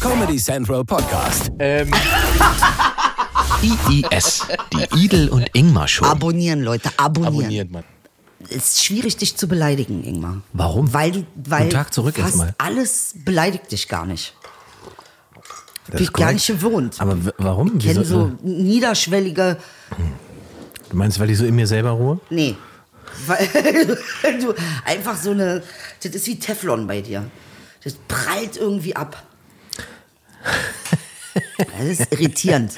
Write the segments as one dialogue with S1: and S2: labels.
S1: Comedy Central Podcast.
S2: Ähm,
S3: IIS, die Idel und Ingmar Show.
S4: Abonnieren, Leute, abonnieren.
S2: abonniert man.
S4: Es ist schwierig, dich zu beleidigen, Ingmar.
S3: Warum?
S4: Weil, du- weil
S3: Guten Tag zurück
S4: fast
S3: erstmal.
S4: alles beleidigt dich gar nicht.
S3: Das
S4: Bin
S3: ist
S4: ich gar
S3: korrekt.
S4: nicht gewohnt.
S3: Aber w- warum?
S4: Kenne
S3: Wieso,
S4: so niederschwellige,
S3: Du meinst, weil ich so in mir selber ruhe?
S4: nee. Weil du einfach so eine, das ist wie Teflon bei dir. Das prallt irgendwie ab. Das ist irritierend.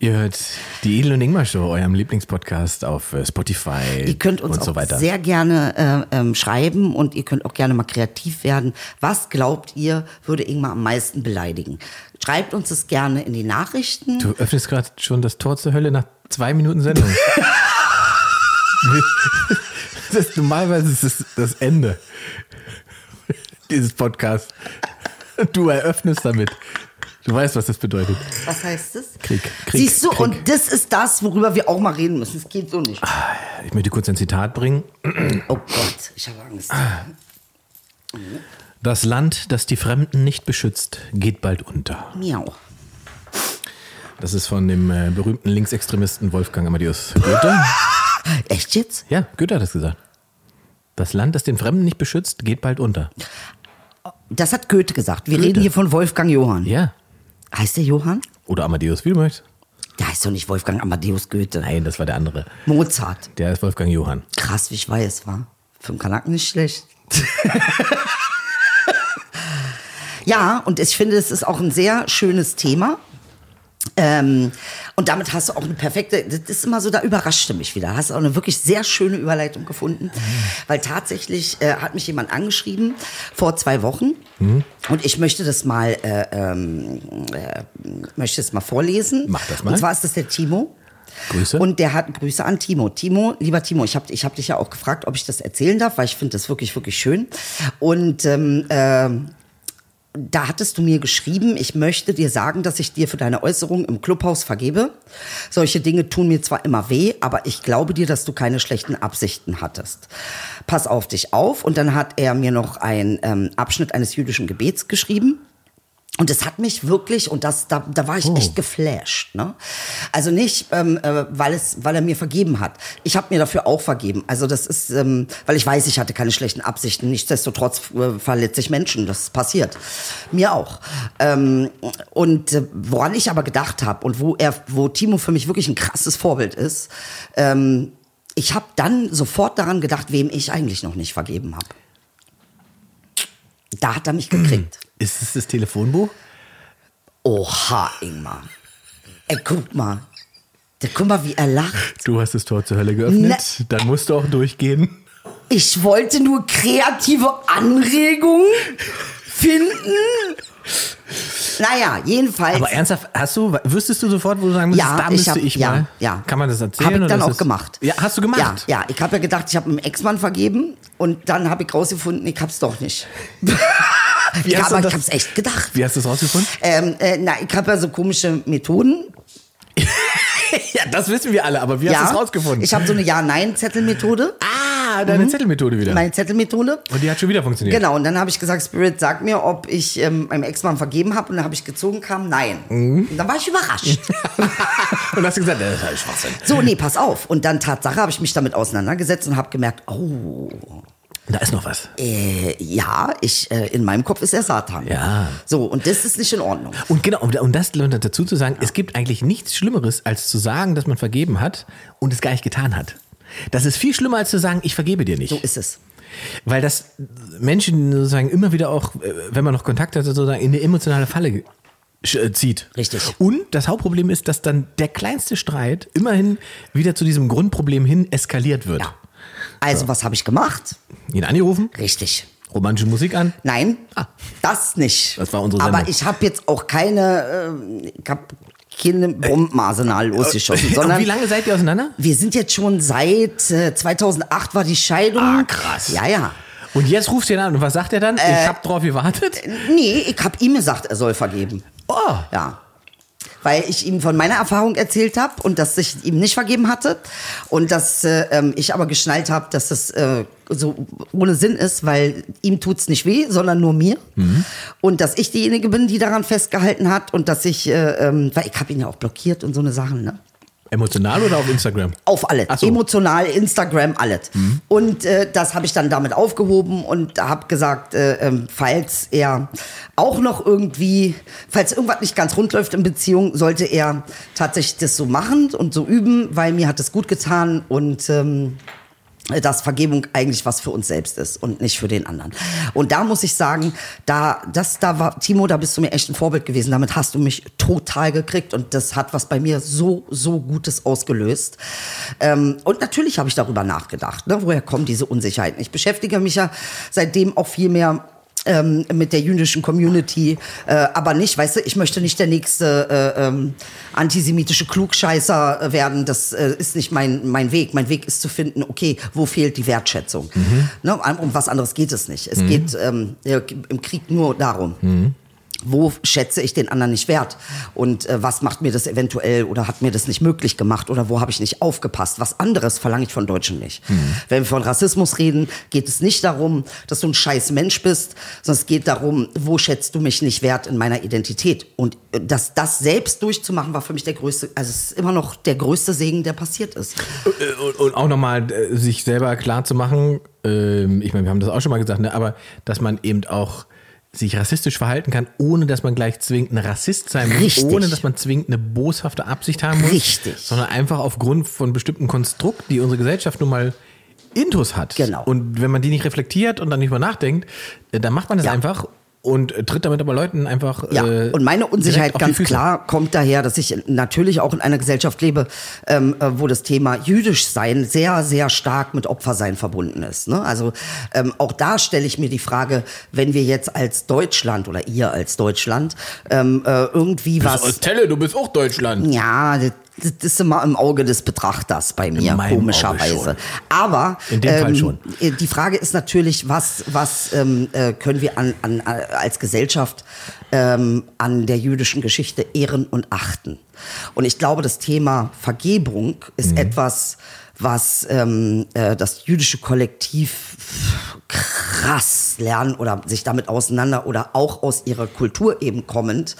S3: Ihr hört die Edel und Ingmar Show, eurem Lieblingspodcast auf äh, Spotify
S4: Ihr könnt uns
S3: und so
S4: auch
S3: weiter.
S4: sehr gerne äh, ähm, schreiben und ihr könnt auch gerne mal kreativ werden. Was glaubt ihr, würde Ingmar am meisten beleidigen? Schreibt uns das gerne in die Nachrichten.
S3: du öffnest gerade schon das Tor zur Hölle nach zwei Minuten Sendung. das ist, normalerweise ist das, das Ende dieses Podcasts. Du eröffnest damit. Du weißt, was das bedeutet.
S4: Was heißt das?
S3: Krieg, Krieg,
S4: Siehst du,
S3: Krieg. Ah.
S4: und das ist das, worüber wir auch mal reden müssen. Es geht so nicht.
S3: Ich möchte kurz ein Zitat bringen.
S4: Oh Gott, ich habe Angst.
S3: Das Land, das die Fremden nicht beschützt, geht bald unter.
S4: Miau.
S3: Das ist von dem äh, berühmten Linksextremisten Wolfgang Amadeus Goethe.
S4: Echt jetzt?
S3: Ja, Goethe hat das gesagt. Das Land, das den Fremden nicht beschützt, geht bald unter.
S4: Das hat Goethe gesagt. Wir
S3: Goethe.
S4: reden hier von Wolfgang Johann.
S3: Ja.
S4: Heißt der Johann?
S3: Oder Amadeus, wie du möchtest.
S4: Der heißt doch nicht Wolfgang Amadeus Goethe.
S3: Nein, das war der andere.
S4: Mozart.
S3: Der ist Wolfgang Johann.
S4: Krass, wie ich weiß, war. Für einen Kanaken nicht schlecht. ja, und ich finde, es ist auch ein sehr schönes Thema. Ähm, und damit hast du auch eine perfekte, das ist immer so, da überraschte mich wieder. Hast auch eine wirklich sehr schöne Überleitung gefunden, weil tatsächlich äh, hat mich jemand angeschrieben vor zwei Wochen
S3: Hm?
S4: und ich möchte das mal, äh, ähm, äh, möchte es mal vorlesen.
S3: Mach das mal.
S4: Und zwar ist das der Timo.
S3: Grüße.
S4: Und der hat Grüße an Timo. Timo, lieber Timo, ich habe ich hab dich ja auch gefragt, ob ich das erzählen darf, weil ich finde das wirklich, wirklich schön. Und ähm, ähm, da hattest du mir geschrieben, ich möchte dir sagen, dass ich dir für deine Äußerungen im Clubhaus vergebe. Solche Dinge tun mir zwar immer weh, aber ich glaube dir, dass du keine schlechten Absichten hattest. Pass auf dich auf. Und dann hat er mir noch einen ähm, Abschnitt eines jüdischen Gebets geschrieben. Und es hat mich wirklich, und das, da, da war ich echt geflasht. Ne? Also nicht, ähm, äh, weil, es, weil er mir vergeben hat. Ich habe mir dafür auch vergeben. Also das ist, ähm, weil ich weiß, ich hatte keine schlechten Absichten. Nichtsdestotrotz äh, verletze ich Menschen. Das passiert. Mir auch. Ähm, und äh, woran ich aber gedacht habe und wo, er, wo Timo für mich wirklich ein krasses Vorbild ist, ähm, ich habe dann sofort daran gedacht, wem ich eigentlich noch nicht vergeben habe. Da hat er mich gekriegt.
S3: ist es das Telefonbuch?
S4: Oha, Ingmar. Ey, guck mal. Der, guck mal, wie er lacht.
S3: Du hast das Tor zur Hölle geöffnet. Dann musst du auch durchgehen.
S4: Ich wollte nur kreative Anregungen finden. Naja, jedenfalls.
S3: Aber ernsthaft, hast du, wüsstest du sofort, wo du sagen müsstest,
S4: Ja,
S3: da
S4: ich
S3: müsste
S4: hab-
S3: ich,
S4: ja,
S3: mal.
S4: ja.
S3: Kann man das erzählen?
S4: Hab ich
S3: oder
S4: dann
S3: ist
S4: auch
S3: das-
S4: gemacht.
S3: Ja, hast du gemacht?
S4: Ja, ja. ich habe ja gedacht, ich habe einem Ex-Mann vergeben und dann habe ich rausgefunden, ich hab's doch nicht.
S3: Wie
S4: ja,
S3: hast du
S4: aber ich
S3: das-
S4: hab's echt gedacht.
S3: Wie hast du das rausgefunden?
S4: Ähm, äh, na, ich habe ja so komische Methoden,
S3: ja, das wissen wir alle, aber wie hast du es rausgefunden?
S4: Ich habe so eine Ja-Nein-Zettelmethode.
S3: ah, deine Zettelmethode wieder.
S4: Meine Zettelmethode.
S3: Und die hat schon wieder funktioniert.
S4: Genau, und dann habe ich gesagt, Spirit, sag mir, ob ich ähm, meinem Ex-Mann vergeben habe. Und dann habe ich gezogen, kam nein. Und dann war ich überrascht.
S3: Mhm. Und hast du gesagt, das ist halt Schwachsinn.
S4: so, nee, pass auf. Und dann Tatsache habe ich mich damit auseinandergesetzt und habe gemerkt, oh,
S3: Da ist noch was.
S4: äh, ja, ich, äh, in meinem Kopf ist er Satan.
S3: Ja.
S4: So, und das ist nicht in Ordnung.
S3: Und genau, um, um das lohnt dazu zu sagen, es gibt eigentlich nichts Schlimmeres, als zu sagen, dass man vergeben hat und es gar nicht getan hat. Das ist viel schlimmer, als zu sagen, ich vergebe dir nicht.
S4: So ist es.
S3: Weil das Menschen sozusagen immer wieder auch, äh, wenn man noch Kontakt hat, sozusagen in eine emotionale Falle ge- sch- äh, zieht.
S4: Richtig.
S3: Und das Hauptproblem ist, dass dann der kleinste Streit immerhin wieder zu diesem Grundproblem hin eskaliert wird.
S4: Ja. Also, was habe ich gemacht?
S3: Ihn angerufen,
S4: Richtig.
S3: romantische Musik an.
S4: Nein, das nicht.
S3: Das war unsere
S4: Aber
S3: Sendung.
S4: ich habe jetzt auch keine, äh, ich habe keine Bombenarsenal
S3: Äh,
S4: losgeschossen,
S3: Und
S4: sondern
S3: wie lange seid ihr auseinander?
S4: wir sind jetzt schon seit äh, 2008 war die Scheidung.
S3: Ah, krass.
S4: Ja, ja.
S3: Und jetzt ruft ihr ihn an und was sagt er dann?
S4: äh,
S3: ich hab drauf gewartet.
S4: Nee, ich habe ihm gesagt, er soll vergeben.
S3: Oh,
S4: Ja. weil ich ihm von meiner Erfahrung erzählt habe und dass ich ihm nicht vergeben hatte und dass äh, ähm, ich aber geschnallt habe, dass das äh, so ohne Sinn ist, weil ihm tut's nicht weh, sondern nur mir und dass ich diejenige bin, die daran festgehalten hat und dass ich, äh, ähm, weil ich habe ihn ja auch blockiert und so eine Sachen, ne?
S3: Emotional oder auf Instagram?
S4: Auf alle.
S3: Ach so. Mhm.
S4: Emotional, Instagram, alles. Und äh, das habe ich dann damit aufgehoben und habe gesagt, äh, ähm, falls er auch noch irgendwie, falls irgendwas nicht ganz rund läuft in Beziehung, sollte er tatsächlich das so machen und so üben, weil mir hat es gut getan und ähm, dass Vergebung eigentlich was für uns selbst ist und nicht für den anderen. Und da muss ich sagen, da, das, da war, Timo, da bist du mir echt ein Vorbild gewesen. Damit hast du mich total gekriegt und das hat was bei mir so, so Gutes ausgelöst. Ähm, und natürlich habe ich darüber nachgedacht, ne? woher kommen diese Unsicherheiten. Ich beschäftige mich ja seitdem auch viel mehr ähm, mit der jüdischen Community, äh, aber nicht, weißt du, ich möchte nicht der nächste äh, ähm, antisemitische Klugscheißer werden, das äh, ist nicht mein, mein Weg. Mein Weg ist zu finden, okay, wo fehlt die Wertschätzung? Ne, um, um was anderes geht es nicht. Es geht ähm, ja, im Krieg nur darum. Wo schätze ich den anderen nicht wert? Und äh, was macht mir das eventuell oder hat mir das nicht möglich gemacht oder wo habe ich nicht aufgepasst? Was anderes verlange ich von Deutschen nicht. Wenn wir von Rassismus reden, geht es nicht darum, dass du ein scheiß Mensch bist, sondern es geht darum, wo schätzt du mich nicht wert in meiner Identität? Und äh, dass das selbst durchzumachen, war für mich der größte, also es ist immer noch der größte Segen, der passiert ist.
S3: Und, und auch nochmal äh, sich selber klar zu machen, ähm, ich meine, wir haben das auch schon mal gesagt, ne? aber dass man eben auch sich rassistisch verhalten kann, ohne dass man gleich zwingend ein Rassist sein muss,
S4: Richtig.
S3: ohne dass man zwingend eine boshafte Absicht haben muss,
S4: Richtig.
S3: sondern einfach aufgrund von bestimmten Konstrukten, die unsere Gesellschaft nun mal intus hat.
S4: Genau.
S3: Und wenn man die nicht reflektiert und dann nicht mal nachdenkt, äh, dann macht man das
S4: Ja.
S3: einfach und äh, tritt damit aber Leuten einfach.
S4: Ja,
S3: äh,
S4: und meine
S3: direkt auf
S4: Unsicherheit
S3: die
S4: ganz
S3: Füße.
S4: klar kommt daher, dass ich natürlich auch in einer Gesellschaft lebe, ähm, äh, wo das Thema jüdisch sein sehr, sehr stark mit Opfersein verbunden ist. Ne? Also ähm, auch da stelle ich mir die Frage, wenn wir jetzt als Deutschland oder ihr als Deutschland ähm, äh, irgendwie was...
S3: Telle, du bist auch Deutschland.
S4: Ja, das, das ist immer im Auge des Betrachters bei mir,
S3: meinem Auge schon.
S4: komischerweise. Aber ähm,
S3: In dem Fall schon.
S4: die Frage ist natürlich, was, was ähm, äh, können wir an, an, als Gesellschaft ähm, an der jüdischen Geschichte ehren und achten? Und ich glaube, das Thema Vergebung ist
S3: Mhm.
S4: etwas, was ähm, äh, das jüdische Kollektiv krass lernen oder sich damit auseinander oder auch aus ihrer Kultur eben kommend,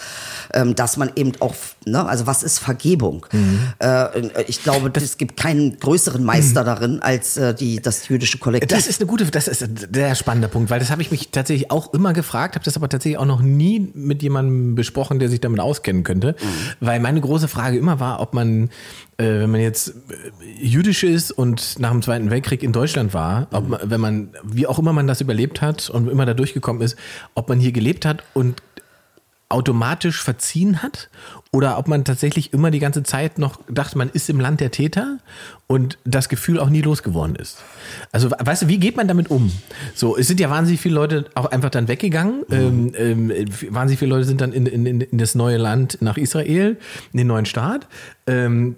S4: ähm, dass man eben auch, ne, also was ist Vergebung?
S3: Mhm.
S4: Äh, ich glaube, es gibt keinen größeren Meister darin als äh, die, das jüdische Kollektiv.
S3: Das ist eine gute, das ist ein sehr spannender Punkt, weil das habe ich mich tatsächlich auch immer gefragt, habe das aber tatsächlich auch noch nie mit jemandem besprochen, der sich damit auskennen könnte, weil meine große Frage immer war, ob man, äh, wenn man jetzt äh, jüdisch ist und nach dem Zweiten Weltkrieg in Deutschland war, ob man, wenn man, wie auch immer man das überlebt hat und immer da durchgekommen ist, ob man hier gelebt hat und automatisch verziehen hat oder ob man tatsächlich immer die ganze Zeit noch dachte, man ist im Land der Täter und das Gefühl auch nie losgeworden ist. Also, we- weißt du, wie geht man damit um? So, es sind ja wahnsinnig viele Leute auch einfach dann weggegangen. Ähm, ähm, wahnsinnig viele Leute sind dann in, in, in- in das neue Land nach Israel, in den neuen Staat. Ähm,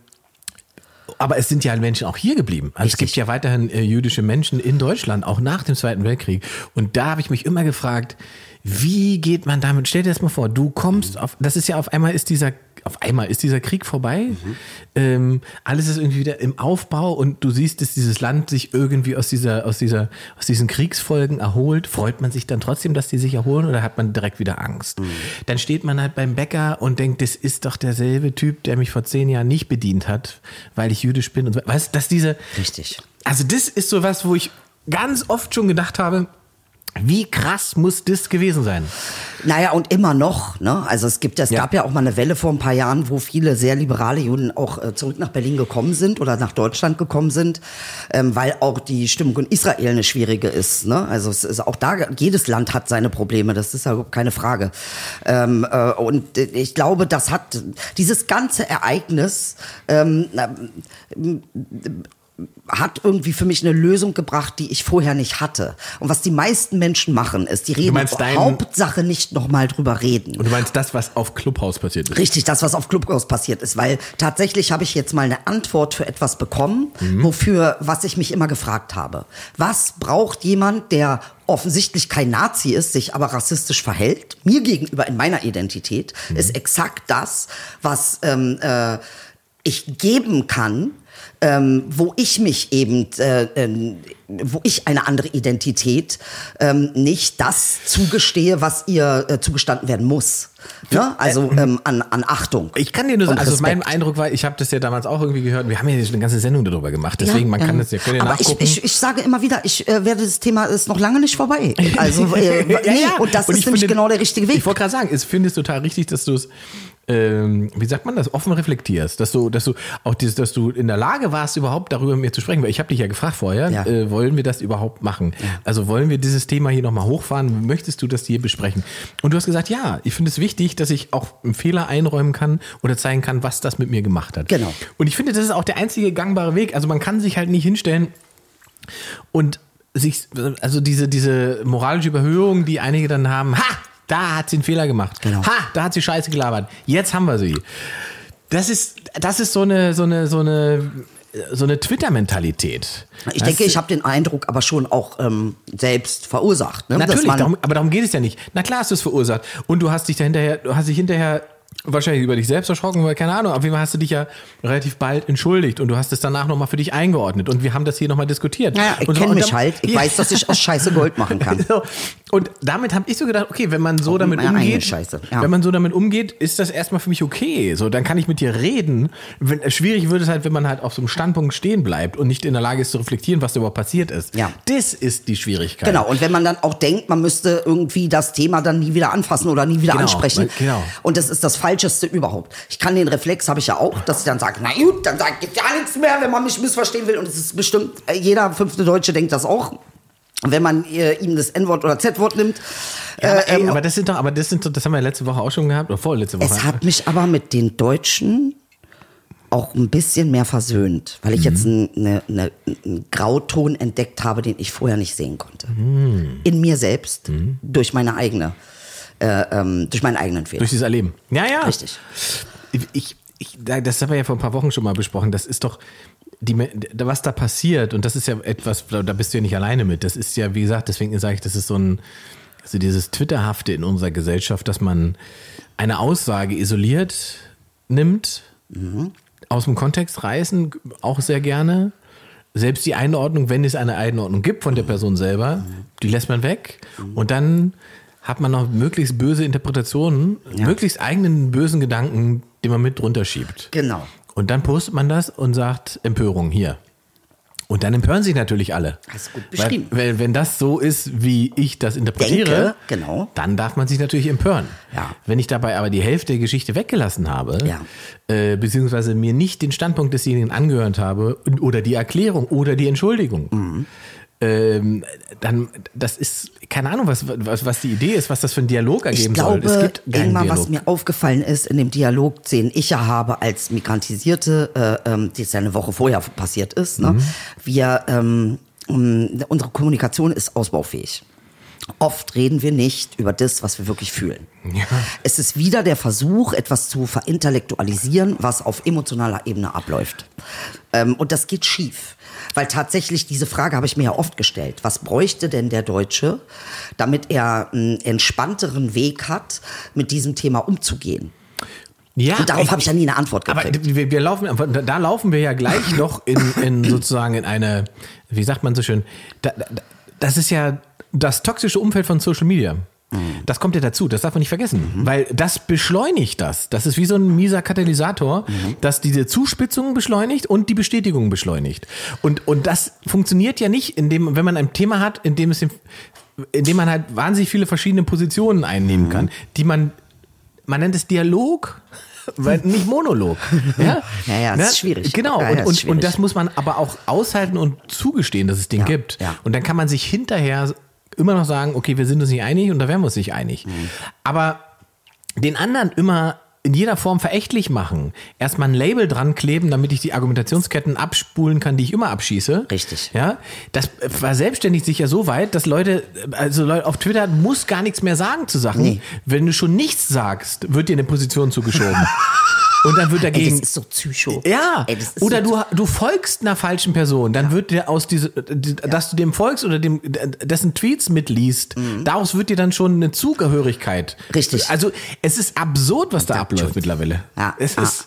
S3: aber es sind ja Menschen auch hier geblieben. Also es
S4: Richtig.
S3: gibt ja weiterhin äh, jüdische Menschen in Deutschland, auch nach dem Zweiten Weltkrieg. Und da habe ich mich immer gefragt, wie geht man damit? Stell dir das mal vor, du kommst auf, das ist ja auf einmal ist dieser, auf einmal ist dieser Krieg vorbei. Ähm, alles ist irgendwie wieder im Aufbau und du siehst, dass dieses Land sich irgendwie aus dieser, aus dieser, aus diesen Kriegsfolgen erholt. Freut man sich dann trotzdem, dass die sich erholen oder hat man direkt wieder Angst? Dann steht man halt beim Bäcker und denkt, das ist doch derselbe Typ, der mich vor zehn Jahren nicht bedient hat, weil ich jüdisch bin und so. Weißt du, dass diese,
S4: Richtig.
S3: also das ist so was, wo ich ganz oft schon gedacht habe, wie krass muss das gewesen sein?
S4: Naja, und immer noch, ne? Also es gibt, es
S3: Ja.
S4: gab ja auch mal eine Welle vor ein paar Jahren, wo viele sehr liberale Juden auch äh, zurück nach Berlin gekommen sind oder nach Deutschland gekommen sind, ähm, weil auch die Stimmung in Israel eine schwierige ist. Ne? Also es ist auch da, jedes Land hat seine Probleme, das ist ja überhaupt keine Frage. Ähm, äh, und äh, ich glaube, das hat dieses ganze Ereignis ähm, na, hat irgendwie für mich eine Lösung gebracht, die ich vorher nicht hatte. Und was die meisten Menschen machen, ist, die reden
S3: meinst deinen-
S4: Hauptsache nicht nochmal drüber reden.
S3: Und du meinst das, was auf Clubhouse passiert ist?
S4: Richtig, das, was auf Clubhouse passiert ist, weil tatsächlich habe ich jetzt mal eine Antwort für etwas bekommen, wofür, was ich mich immer gefragt habe. Was braucht jemand, der offensichtlich kein Nazi ist, sich aber rassistisch verhält, mir gegenüber in meiner Identität, ist exakt das, was ähm, äh, ich geben kann, ähm, wo ich mich eben, äh, ähm, wo ich eine andere Identität ähm, nicht das zugestehe, was ihr äh, zugestanden werden muss. Ja? Also ähm, an, an Achtung.
S3: äh, mhm. Ich kann dir nur
S4: und
S3: sagen, also mein
S4: Respekt.
S3: Eindruck war, ich habe das ja damals auch irgendwie gehört. Wir haben ja eine ganze Sendung darüber gemacht, deswegen man kann das ja, könnt ihr
S4: Aber ich,
S3: nachgucken.
S4: ich, ich sage immer wieder, ich äh, werde das Thema ist noch lange nicht vorbei. Also äh, nee,
S3: Ja, ja.
S4: und das ist
S3: ich
S4: nämlich
S3: finde-
S4: genau der richtige Weg.
S3: Ich wollte gerade sagen, ich finde es total richtig, dass du es, ähm, wie sagt man das, offen reflektierst, dass du, dass du auch dieses, dass du in der Lage warst, überhaupt darüber mit mir zu sprechen. Weil ich habe dich ja gefragt vorher,
S4: Ja.
S3: äh, wollen wir das überhaupt machen? Also wollen wir dieses Thema hier nochmal hochfahren? Möchtest du das hier besprechen? Und du hast gesagt, ja, ich finde es wichtig, dass ich auch einen Fehler einräumen kann oder zeigen kann, was das mit mir gemacht hat.
S4: Genau.
S3: Und ich finde, das ist auch der einzige gangbare Weg. Also man kann sich halt nicht hinstellen und sich, also diese, diese moralische Überhöhung, die einige dann haben, ha, da hat sie einen Fehler gemacht.
S4: Genau.
S3: Ha, da hat sie Scheiße gelabert. Jetzt haben wir sie. Das ist, das ist so eine, so eine, so eine, so eine Twitter-Mentalität.
S4: Ich denke, ich habe den Eindruck aber schon auch ähm, selbst verursacht. Ne?
S3: Natürlich,
S4: Dass man,
S3: darum, aber darum geht es ja nicht. Na klar hast du es verursacht. Und du hast dich dahinterher, du hast dich hinterher wahrscheinlich über dich selbst erschrocken, weil keine Ahnung, auf jeden Fall hast du dich ja relativ bald entschuldigt und du hast es danach nochmal für dich eingeordnet. Und wir haben das hier nochmal diskutiert.
S4: naja, ich
S3: Und so-
S4: kenne
S3: und
S4: mich
S3: dann-
S4: halt. Ich weiß, dass ich aus Scheiße Gold machen kann.
S3: So. Und damit habe ich so gedacht, okay, wenn man so damit
S4: meine eigene
S3: umgeht,
S4: Scheiße, ja.
S3: wenn man so damit umgeht, ist das erstmal für mich okay. So, dann kann ich mit dir reden. Wenn, schwierig wird es halt, wenn man halt auf so einem Standpunkt stehen bleibt und nicht in der Lage ist zu reflektieren, was da überhaupt passiert ist.
S4: Ja.
S3: Das ist die Schwierigkeit.
S4: Genau, und wenn man dann auch denkt, man müsste irgendwie das Thema dann nie wieder anfassen oder nie wieder
S3: Genau,
S4: ansprechen.
S3: weil- genau.
S4: Und das ist das Falscheste überhaupt. Ich kann den Reflex, habe ich ja auch, dass ich dann sage, na gut, dann sage ich ja nichts mehr, wenn man mich missverstehen will. Und es ist bestimmt, äh, jeder fünfte Deutsche denkt das auch. Wenn man äh, ihm das N-Wort oder Z-Wort nimmt.
S3: Ja, aber, ey,
S4: ähm,
S3: aber das sind doch, aber das sind, so- das haben wir letzte Woche auch schon gehabt oder vorletzte Woche.
S4: Es hat mich aber mit den Deutschen auch ein bisschen mehr versöhnt, weil ich jetzt ne, einen, eine, eine, einen Grauton entdeckt habe, den ich vorher nicht sehen konnte. In mir selbst, durch meine eigene, äh, ähm, durch meinen eigenen Fehler.
S3: durch dieses Erleben. Ja, ja.
S4: Richtig.
S3: ich, ich, da- das haben wir ja vor ein paar Wochen schon mal besprochen. Das ist doch, die, Me- da- was da passiert, und das ist ja etwas, da da bist du ja nicht alleine mit. Das ist ja, wie gesagt, deswegen sage ich, das ist so ein, also dieses Twitterhafte in unserer Gesellschaft, dass man eine Aussage isoliert nimmt, aus dem Kontext reißen, auch sehr gerne. Selbst die Einordnung, wenn es eine Einordnung gibt von der Person selber, die lässt man weg. Und dann hat man noch möglichst böse Interpretationen, möglichst eigenen bösen Gedanken, den man mit drunter schiebt.
S4: Genau.
S3: Und dann postet man das und sagt Empörung hier. Und dann empören sich natürlich alle.
S4: Hast du gut beschrieben.
S3: Weil, weil, wenn das so ist, wie ich das interpretiere,
S4: Denke, genau.
S3: dann darf man sich natürlich empören.
S4: Ja.
S3: Wenn ich dabei aber die Hälfte der Geschichte weggelassen habe,
S4: Ja.
S3: äh, beziehungsweise mir nicht den Standpunkt desjenigen angehört habe und- oder die Erklärung oder die Entschuldigung,
S4: Mhm.
S3: ähm, dann das ist keine Ahnung, was, was, was die Idee ist, was das für ein Dialog
S4: Ich
S3: ergeben
S4: glaube,
S3: soll. Es gibt keinen
S4: Ingmar,
S3: Dialog.
S4: was mir aufgefallen ist in dem Dialog, den ich ja habe als Migrantisierte, äh, ähm, die es ja eine Woche vorher passiert ist, ne?
S3: Mhm.
S4: wir, ähm, mh, unsere Kommunikation ist ausbaufähig. Oft reden wir nicht über das, was wir wirklich fühlen. Es ist wieder der Versuch, etwas zu verintellektualisieren, was auf emotionaler Ebene abläuft. Ähm, und das geht schief. Weil tatsächlich diese Frage habe ich mir ja oft gestellt. Was bräuchte denn der Deutsche, damit er einen entspannteren Weg hat, mit diesem Thema umzugehen?
S3: ja,
S4: Und darauf
S3: ich-
S4: habe ich ja nie eine Antwort
S3: Aber
S4: gekriegt.
S3: wir, wir laufen, aber da- da laufen wir ja gleich noch in, in sozusagen in eine, wie sagt man so schön, da, da, das ist ja das toxische Umfeld von Social Media. Das kommt ja dazu, das darf man nicht vergessen, weil das beschleunigt das. Das ist wie so ein mieser Katalysator, das diese Zuspitzung beschleunigt und die Bestätigung beschleunigt. Und, und das funktioniert ja nicht, indem, wenn man ein Thema hat, in dem es, den- in dem man halt wahnsinnig viele verschiedene Positionen einnehmen kann, die man man nennt es Dialog, weil nicht Monolog. Ja,
S4: Ja, ja, das ist
S3: Ne?
S4: schwierig.
S3: Genau,
S4: Ja, ja,
S3: und,
S4: das
S3: und,
S4: ist schwierig.
S3: und das muss man aber auch aushalten und zugestehen, dass es den
S4: Ja,
S3: gibt.
S4: ja.
S3: Und dann kann man sich hinterher immer noch sagen, okay, wir sind uns nicht einig und da wären wir uns nicht einig.
S4: Mhm.
S3: Aber den anderen immer in jeder Form verächtlich machen, erstmal ein Label dran kleben, damit ich die Argumentationsketten abspulen kann, die ich immer abschieße.
S4: Richtig.
S3: Ja, das verselbstständigt sich ja so weit, dass Leute, also Leute auf Twitter muss gar nichts mehr sagen zu Sachen.
S4: Nee.
S3: Wenn du schon nichts sagst, wird dir eine Position zugeschoben. Und dann wird dagegen.
S4: Ey, das ist so psycho.
S3: Ja,
S4: Ey, das ist
S3: oder
S4: so
S3: du, du folgst einer falschen Person, dann wird dir aus diese, die- dass du dem folgst oder dem, dessen Tweets mitliest, daraus wird dir dann schon eine Zugehörigkeit.
S4: Mhm. Richtig.
S3: Also es ist absurd, was da abläuft mittlerweile.
S4: Ja, Ah,
S3: Es
S4: ja.
S3: ist,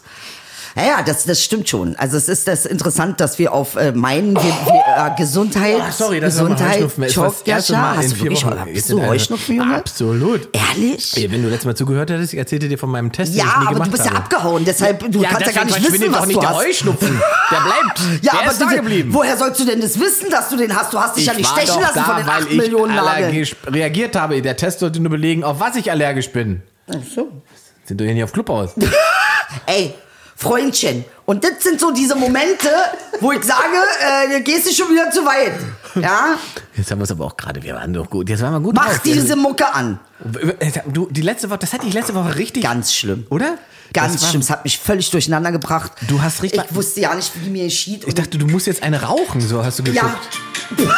S4: Ja, ja, das, das stimmt schon. Also es ist das interessant, dass wir auf äh, meinen wir, wir, äh, Gesundheit,
S3: Oh, sorry, das ist aber
S4: Gesundheit,
S3: Heuschnupfen. Ist das
S4: Job, ja,
S3: erste Mal
S4: ja,
S3: in
S4: hast du
S3: vier
S4: wirklich
S3: Wochen.
S4: bist du Heuschnupfen, Junge?
S3: Absolut.
S4: Ehrlich?
S3: Ey, Wenn du letztes Mal zugehört hättest, ich erzählte dir von meinem Test,
S4: Ja,
S3: den ich nie
S4: aber
S3: gemacht
S4: du bist ja
S3: habe.
S4: abgehauen, deshalb du kannst ja
S3: deswegen
S4: gar nicht
S3: verschwindet
S4: wissen,
S3: doch
S4: was
S3: nicht
S4: du
S3: der
S4: hast.
S3: Heuschnupfen. Der bleibt.
S4: Ja,
S3: der
S4: aber
S3: ist da
S4: du-
S3: geblieben.
S4: woher sollst du denn das wissen, dass du den hast? Du hast dich ja
S3: Ich
S4: nicht
S3: war
S4: stechen
S3: doch
S4: lassen
S3: da,
S4: von den
S3: weil
S4: 8
S3: ich
S4: Millionen Nadeln.
S3: allergisch reagiert habe. Der Test sollte nur belegen, auf was ich allergisch bin.
S4: So.
S3: Sind wir hier nicht auf Clubhaus?
S4: Ey, Freundchen. Und das sind so diese Momente, wo ich sage, äh, gehst du schon wieder zu weit. Ja,
S3: Jetzt haben wir es aber auch gerade, wir waren doch gut. Jetzt waren wir gut
S4: mach
S3: drauf. Also,
S4: diese Mucke an.
S3: Du, die letzte Woche, das hatte ich letzte Woche richtig.
S4: Ganz schlimm.
S3: Oder?
S4: Ganz
S3: Das war-
S4: schlimm, es hat mich völlig durcheinander gebracht.
S3: Du hast richtig-
S4: Ich wusste ja nicht, wie mir geschieht.
S3: Ich dachte, du musst jetzt eine rauchen, so hast du geguckt.
S4: ja.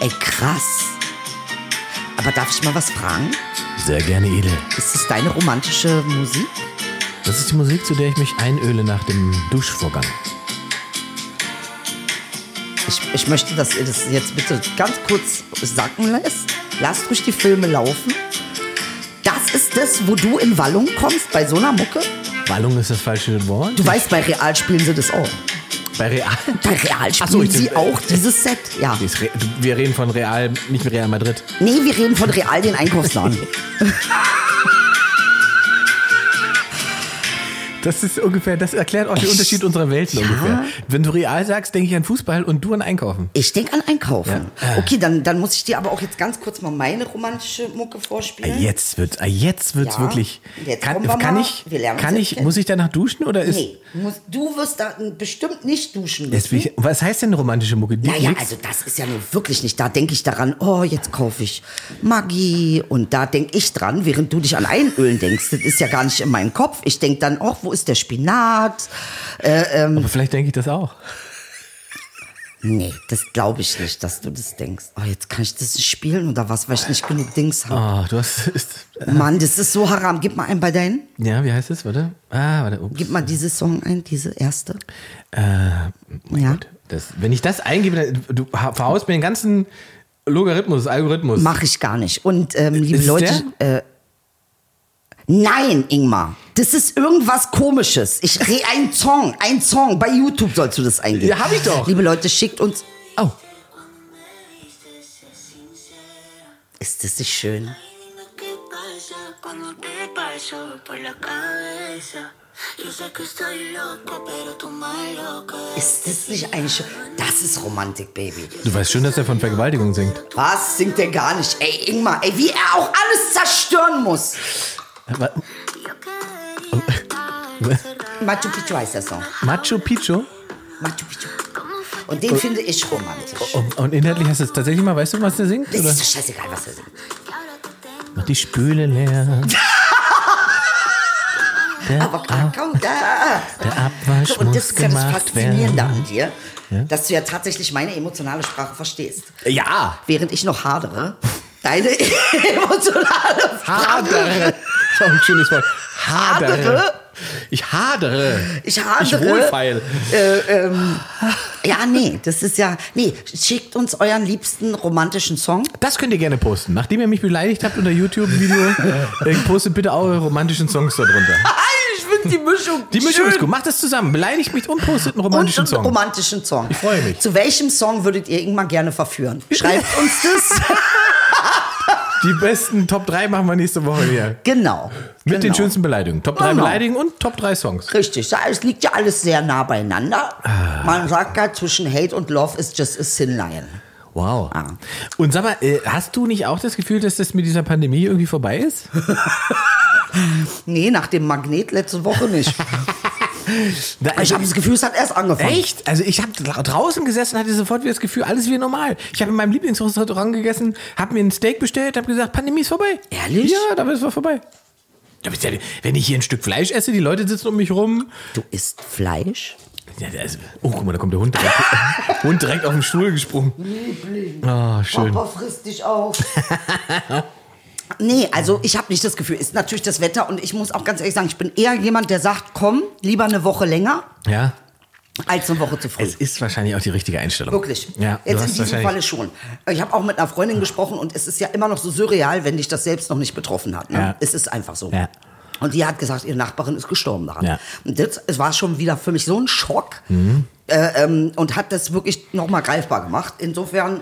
S4: Ey, krass. Aber darf ich mal was fragen?
S3: Sehr gerne, Edel.
S4: Ist das deine romantische Musik?
S3: Das ist die Musik, zu der ich mich einöle nach dem Duschvorgang.
S4: Ich, ich möchte, dass ihr das jetzt bitte ganz kurz sacken lässt. Lasst ruhig die Filme laufen. Das ist das, wo du in Wallung kommst, bei so einer Mucke?
S3: Wallung ist das falsche Wort.
S4: Du weißt, bei Real spielen sie das auch.
S3: Bei Real.
S4: Bei Real
S3: Ach so,
S4: spielen
S3: ich-
S4: sie auch dieses Set, ja.
S3: Die ist Re- Wir reden von Real, nicht Real Madrid.
S4: Nee, wir reden von Real, den Einkaufsladen.
S3: Das ist ungefähr, das erklärt auch den
S4: Echt?
S3: Unterschied unserer Welten
S4: Ja.
S3: ungefähr. Wenn du real sagst, denke ich an Fußball und du an Einkaufen.
S4: Ich denke an Einkaufen.
S3: Ja.
S4: Okay, dann, dann muss ich dir aber auch jetzt ganz kurz mal meine romantische Mucke vorspielen.
S3: Jetzt wird's, ah, jetzt wird's
S4: Ja.
S3: wirklich.
S4: Jetzt
S3: kann
S4: kommen wir
S3: kann
S4: mal.
S3: ich,
S4: Wir lernen
S3: kann
S4: uns
S3: ich,
S4: jetzt
S3: muss ich danach duschen oder ist?
S4: Nee, muss, du wirst da bestimmt nicht duschen müssen.
S3: Jetzt bin ich, was heißt denn romantische Mucke? Die-
S4: Naja,
S3: nix?
S4: also das ist ja nun wirklich nicht. Da denke ich daran, oh, jetzt kaufe ich Maggi. Und da denke ich dran, während du dich an Einölen denkst. Das ist ja gar nicht in meinem Kopf. Ich denke dann, oh, wo ist der Spinat? Äh, ähm,
S3: Aber vielleicht denke ich das auch.
S4: Nee, das glaube ich nicht, dass du das denkst. Oh, jetzt kann ich das nicht spielen oder was, weil ich nicht genug Dings habe.
S3: Ah, du hast, ist,
S4: Mann, das ist so haram. Gib mal einen bei deinen.
S3: ja, wie heißt es? Warte. Ah, warte. Ups.
S4: Gib mal dieses Song ein, diese erste.
S3: Äh, mein
S4: Ja.
S3: Gott. Das, wenn ich das eingebe, dann, du ha- verhaust mir den ganzen Logarithmus, Algorithmus.
S4: Mache ich gar nicht. Und ähm, liebe
S3: Ist es
S4: Leute, äh, nein, Ingmar. Das ist irgendwas komisches. Ich rede ein Song, ein Song. Bei YouTube sollst du das eingeben.
S3: Ja, hab ich doch.
S4: Liebe Leute, schickt uns.
S3: Oh,
S4: Ist das nicht schön?
S2: ¿Qué pasa cuando te paso por la cabeza? Yo sé que estoy loco, pero tú más loca.
S4: Ist das nicht eigentlich schön? Das ist Romantik, Baby.
S3: du weißt schon, dass er von Vergewaltigung singt.
S4: Was singt der gar nicht? Ey, Ingmar, ey, wie er auch alles zerstören muss.
S3: Wa-
S2: Yo quería estar encerrada
S4: Machu Picchu heißt der Song.
S3: Machu Picchu?
S4: Machu Picchu. Und den finde ich romantisch.
S3: Und, und inhaltlich heißt es tatsächlich mal, weißt du, was der singt?
S4: Es
S3: Oder?
S4: ist doch scheißegal, was er singt.
S2: y ahora te tengo
S3: Mach die Spüle leer,
S4: Aber Kakao, da.
S3: der Abwasch
S4: Und das
S3: muss
S4: ist ja das
S3: gemacht
S4: Faszinierende
S3: werden.
S4: an dir, dass du ja tatsächlich meine emotionale Sprache verstehst.
S3: Ja,
S4: Während ich noch hadere, deine emotionale Sprache.
S3: hadere. So ein schönes Wort. Hadere.
S4: Hadere?
S3: Ich hadere.
S4: Ich hadere.
S3: Ich wohlfeil.
S4: Äh, ähm, ja, nee, das ist ja. Nee, schickt uns euren liebsten romantischen Song.
S3: Das könnt ihr gerne posten. Nachdem ihr mich beleidigt habt unter YouTube-Video, äh, postet bitte eure romantischen Songs darunter.
S4: Ich finde die Mischung.
S3: Die Mischung ist gut. Macht das zusammen. Beleidigt mich und postet einen
S4: Und
S3: romantischen
S4: einen
S3: Song.
S4: romantischen Song.
S3: Ich freue mich.
S4: Zu welchem Song würdet ihr irgendwann gerne verführen? Schreibt uns das.
S3: Die besten Top 3 machen wir nächste Woche hier.
S4: genau.
S3: Mit den
S4: Genau.
S3: schönsten Beleidigungen. Top 3
S4: Genau.
S3: Beleidigungen und Top 3 Songs.
S4: Richtig, da- es liegt ja alles sehr nah beieinander. Man sagt ja, zwischen Hate und Love ist just a thin line.
S3: Wow. Ah. Und sag mal, äh, hast du nicht auch das Gefühl, dass das mit dieser Pandemie irgendwie vorbei ist?
S4: Nee, nach dem Magnet letzte Woche nicht.
S3: Da-
S4: ich habe das Gefühl, es hat erst angefangen.
S3: also Echt? Also ich habe draußen gesessen und hatte sofort wieder das Gefühl, alles wie normal. Ich habe in meinem Lieblingsrestaurant gegessen, habe mir ein Steak bestellt, habe gesagt, Pandemie ist vorbei.
S4: Ehrlich?
S3: Ja, da ist es vorbei. Da bist ja- Wenn ich hier ein Stück Fleisch esse, die Leute sitzen um mich rum.
S4: Du isst Fleisch?
S3: Ja, da ist- oh, guck mal, da kommt der Hund direkt, Hund direkt auf den Stuhl gesprungen. Ah, schön.
S4: frisst dich auf. Nee, also ich habe nicht das Gefühl. Ist natürlich das Wetter und ich muss auch ganz ehrlich sagen, ich bin eher jemand, der sagt, komm, lieber eine Woche länger
S3: Ja.
S4: als eine Woche zu früh.
S3: Es ist wahrscheinlich auch die richtige Einstellung.
S4: Wirklich.
S3: Ja, du
S4: Jetzt
S3: hast
S4: in diesem
S3: wahrscheinlich-
S4: Falle schon. Ich habe auch mit einer Freundin gesprochen und es ist ja immer noch so surreal, wenn dich das selbst noch nicht betroffen hat. Ne?
S3: Ja.
S4: Es ist einfach so.
S3: Ja.
S4: Und die hat gesagt, ihre Nachbarin ist gestorben daran.
S3: Ja. Mhm.
S4: Und das, es war schon wieder für mich so ein Schock äh, ähm, und hat das wirklich nochmal greifbar gemacht. Insofern,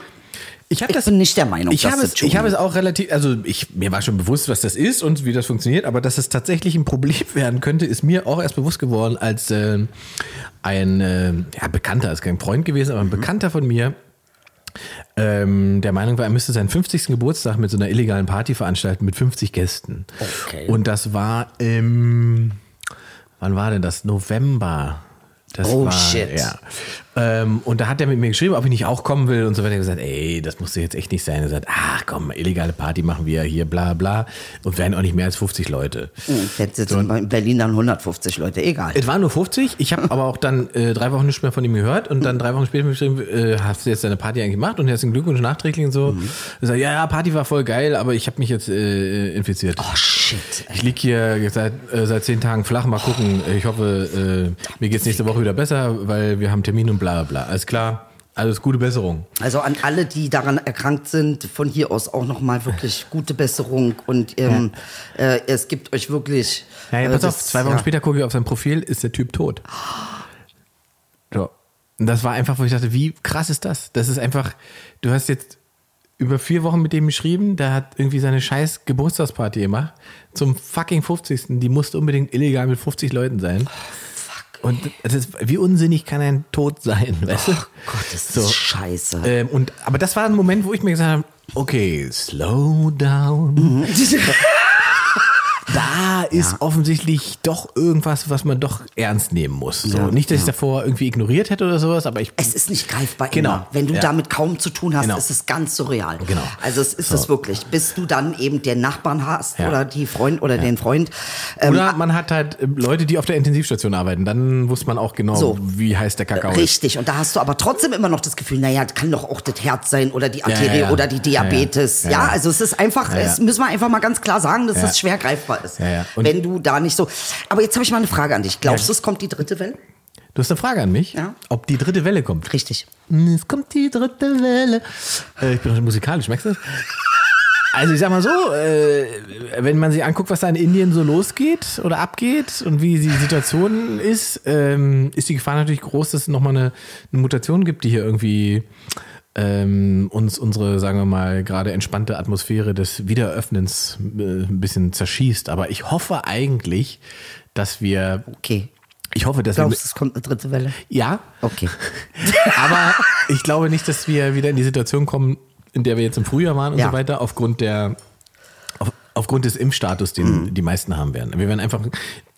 S3: Ich, hab
S4: Ich bin nicht der Meinung,
S3: ich
S4: dass
S3: habe
S4: das
S3: es,
S4: schon-
S3: ich habe es auch relativ, also ich, mir war schon bewusst, was das ist und wie das funktioniert, aber dass es tatsächlich ein Problem werden könnte, ist mir auch erst bewusst geworden, als äh, ein äh, ja, Bekannter, ist kein Freund gewesen,
S4: Mhm.
S3: aber ein Bekannter von mir, ähm, der Meinung war, er müsste seinen 50. Geburtstag mit so einer illegalen Party veranstalten mit 50 Gästen.
S4: Okay.
S3: Und das war im, wann war denn das? November. Das
S4: Oh,
S3: war,
S4: shit.
S3: Ja. Ähm, und da hat er mit mir geschrieben, ob ich nicht auch kommen will und so weiter. Ich hab gesagt, ey, das musste jetzt echt nicht sein. Er sagt, ach komm, illegale Party machen wir hier, bla bla. Und werden auch nicht mehr als 50 Leute.
S4: hm, jetzt sitzen in Berlin dann 150 Leute, egal.
S3: Es waren nur 50. Ich habe aber auch dann äh, drei Wochen nichts mehr von ihm gehört und dann drei Wochen später hat er mir geschrieben, äh, hast du jetzt deine Party eigentlich gemacht und herzlichen Glückwunsch nachträglich und so. Ich sag, ja, ja, Party war voll geil, aber ich habe mich jetzt äh, infiziert.
S4: Oh shit.
S3: Ich lieg hier seit, äh, seit zehn Tagen flach. Mal gucken. Ich hoffe, äh, mir geht's nächste Woche wieder besser, weil wir haben Termin und bla bla. Alles klar. Alles gute Besserung.
S4: Also an alle, die daran erkrankt sind, von hier aus auch nochmal wirklich gute Besserung und ähm, äh, es gibt euch wirklich.
S3: Ja, ja,
S4: äh,
S3: pass
S4: das-
S3: auf, zwei Wochen
S4: ja.
S3: später gucke ich auf sein Profil, ist der Typ tot. So. Und das war einfach, wo ich dachte, wie krass ist das? Das ist einfach, du hast jetzt über vier Wochen mit dem geschrieben, der hat irgendwie seine scheiß Geburtstagsparty gemacht. Zum fucking 50. Die musste unbedingt illegal mit 50 Leuten sein.
S4: Oh,
S3: Und das ist, wie unsinnig kann ein Tod sein, weißt du?
S4: Oh Gott, das
S3: So.
S4: ist scheiße.
S3: Ähm, und, aber das war ein Moment, wo ich mir gesagt habe, okay, slow down. Da ist offensichtlich doch irgendwas, was man doch ernst nehmen muss. So, nicht, dass ich davor irgendwie ignoriert hätte oder sowas, aber ich.
S4: es ist nicht greifbar.
S3: Genau.
S4: Immer. Wenn du
S3: Ja.
S4: damit kaum zu tun hast,
S3: Genau.
S4: ist es ganz surreal.
S3: Genau.
S4: Also es ist
S3: So.
S4: es wirklich. Bis du dann eben den Nachbarn hast
S3: Ja.
S4: oder die Freund oder den Freund. Ähm,
S3: oder man hat halt äh, Leute, die auf der Intensivstation arbeiten. Dann wusste man auch genau,
S4: So.
S3: wie heiß der Kakao ist.
S4: Richtig, und da hast du aber trotzdem immer noch das Gefühl, naja, das kann doch auch das Herz sein oder die Arterie
S3: ja, ja.
S4: oder die Diabetes.
S3: Ja,
S4: Ja,
S3: ja. Ja, ja.
S4: also es ist einfach,
S3: Ja, ja.
S4: es müssen wir einfach mal ganz klar sagen, dass
S3: Ja.
S4: das schwer greifbar ist.
S3: Ja, ja. Und-
S4: Wenn du da nicht so. Aber jetzt habe ich mal eine Frage an dich. Glaubst
S3: Ja.
S4: du, es kommt die dritte Welle?
S3: Du hast eine Frage an mich,
S4: Ja.
S3: ob die dritte Welle kommt.
S4: Richtig.
S3: Es kommt die dritte Welle. Äh, ich bin heute musikalisch, merkst du das? Also ich sag mal so, äh, wenn man sich anguckt, was da in Indien so losgeht oder abgeht und wie die Situation ist, ähm, ist die Gefahr natürlich groß, dass es nochmal eine, eine Mutation gibt, die hier irgendwie ähm, uns unsere, sagen wir mal, gerade entspannte Atmosphäre des Wiederöffnens äh, ein bisschen zerschießt. Aber ich hoffe eigentlich, dass wir...
S4: Okay.
S3: Ich hoffe, dass wir...
S4: Glaubst du, es kommt eine dritte Welle?
S3: Ja,
S4: Okay.
S3: aber ich glaube nicht, dass wir wieder in die Situation kommen, in der wir jetzt im Frühjahr waren und
S4: Ja.
S3: so weiter, aufgrund der auf, aufgrund des Impfstatus, den die meisten haben werden. Wir werden einfach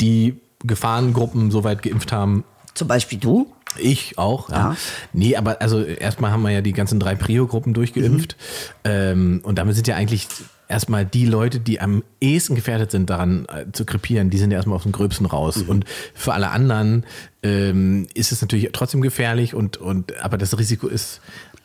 S3: die Gefahrengruppen so weit geimpft haben.
S4: Zum Beispiel du?
S3: Ich auch, ja. Nee, aber also erstmal haben wir ja die ganzen drei Prio-Gruppen durchgeimpft. Ähm, und damit sind ja eigentlich erstmal die Leute, die am ehesten gefährdet sind, daran äh, zu krepieren, die sind ja erstmal aus dem Gröbsten raus. Und für alle anderen ähm, ist es natürlich trotzdem gefährlich und, und aber das Risiko ist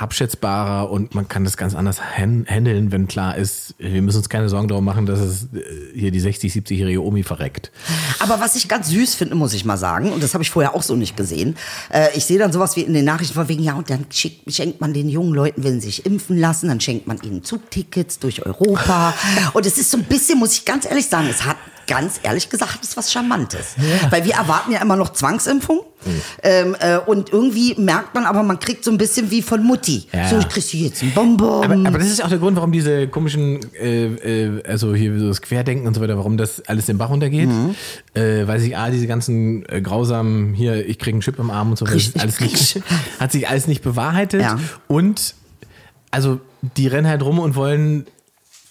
S3: abschätzbarer und man kann das ganz anders han- handeln, wenn klar ist, wir müssen uns keine Sorgen darum machen, dass es äh, hier die 60, 70-jährige Omi verreckt.
S4: Aber was ich ganz süß finde, muss ich mal sagen, und das habe ich vorher auch so nicht gesehen. Äh, ich sehe dann sowas wie in den Nachrichten von wegen, ja, und dann schickt, schenkt man den jungen Leuten, wenn sie sich impfen lassen, dann schenkt man ihnen Zugtickets durch Europa. und es ist so ein bisschen, muss ich ganz ehrlich sagen, es hat ganz ehrlich gesagt, hat es was Charmantes. Weil wir erwarten ja immer noch Zwangsimpfung.
S3: Hm.
S4: Ähm, äh, und irgendwie merkt man aber, man kriegt so ein bisschen wie von Mutti.
S3: Ja.
S4: So, ich kriege hier jetzt ein Bonbon.
S3: Aber, aber das ist auch der Grund, warum diese komischen, äh, äh, also hier so das Querdenken und so weiter, warum das alles den Bach runtergeht.
S4: Mhm.
S3: Äh, weil sich A, diese ganzen äh, grausamen, hier, ich krieg einen Chip im Arm und so, das ist
S4: Richtig,
S3: alles nicht,
S4: richtig.
S3: hat sich alles nicht bewahrheitet.
S4: Ja.
S3: Und also die rennen halt rum und wollen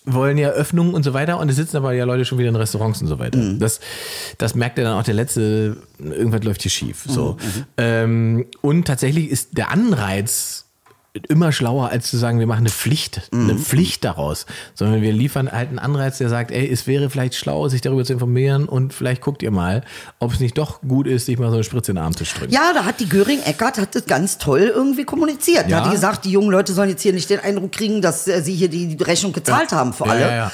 S3: wollen ja Öffnungen und so weiter und es sitzen aber ja Leute schon wieder in Restaurants und so weiter.
S4: Mhm.
S3: Das, das merkt ja dann auch der letzte,
S4: Mhm,
S3: irgendwas läuft hier schief. So. Ähm, und tatsächlich ist der Anreiz immer schlauer, als zu sagen, wir machen eine Pflicht,
S4: Mhm.
S3: eine Pflicht daraus, sondern wir liefern halt einen Anreiz, der sagt, ey, es wäre vielleicht schlau, sich darüber zu informieren und vielleicht guckt ihr mal, ob es nicht doch gut ist, sich mal so eine Spritze in den Arm zu drücken.
S4: Ja, da hat die Göring Eckert hat das ganz toll irgendwie
S3: Ja.
S4: kommuniziert. Da hat die gesagt, die jungen Leute sollen jetzt hier nicht den Eindruck kriegen, dass äh, sie hier die Rechnung gezahlt haben für
S3: Ja,
S4: alle.
S3: ja, ja.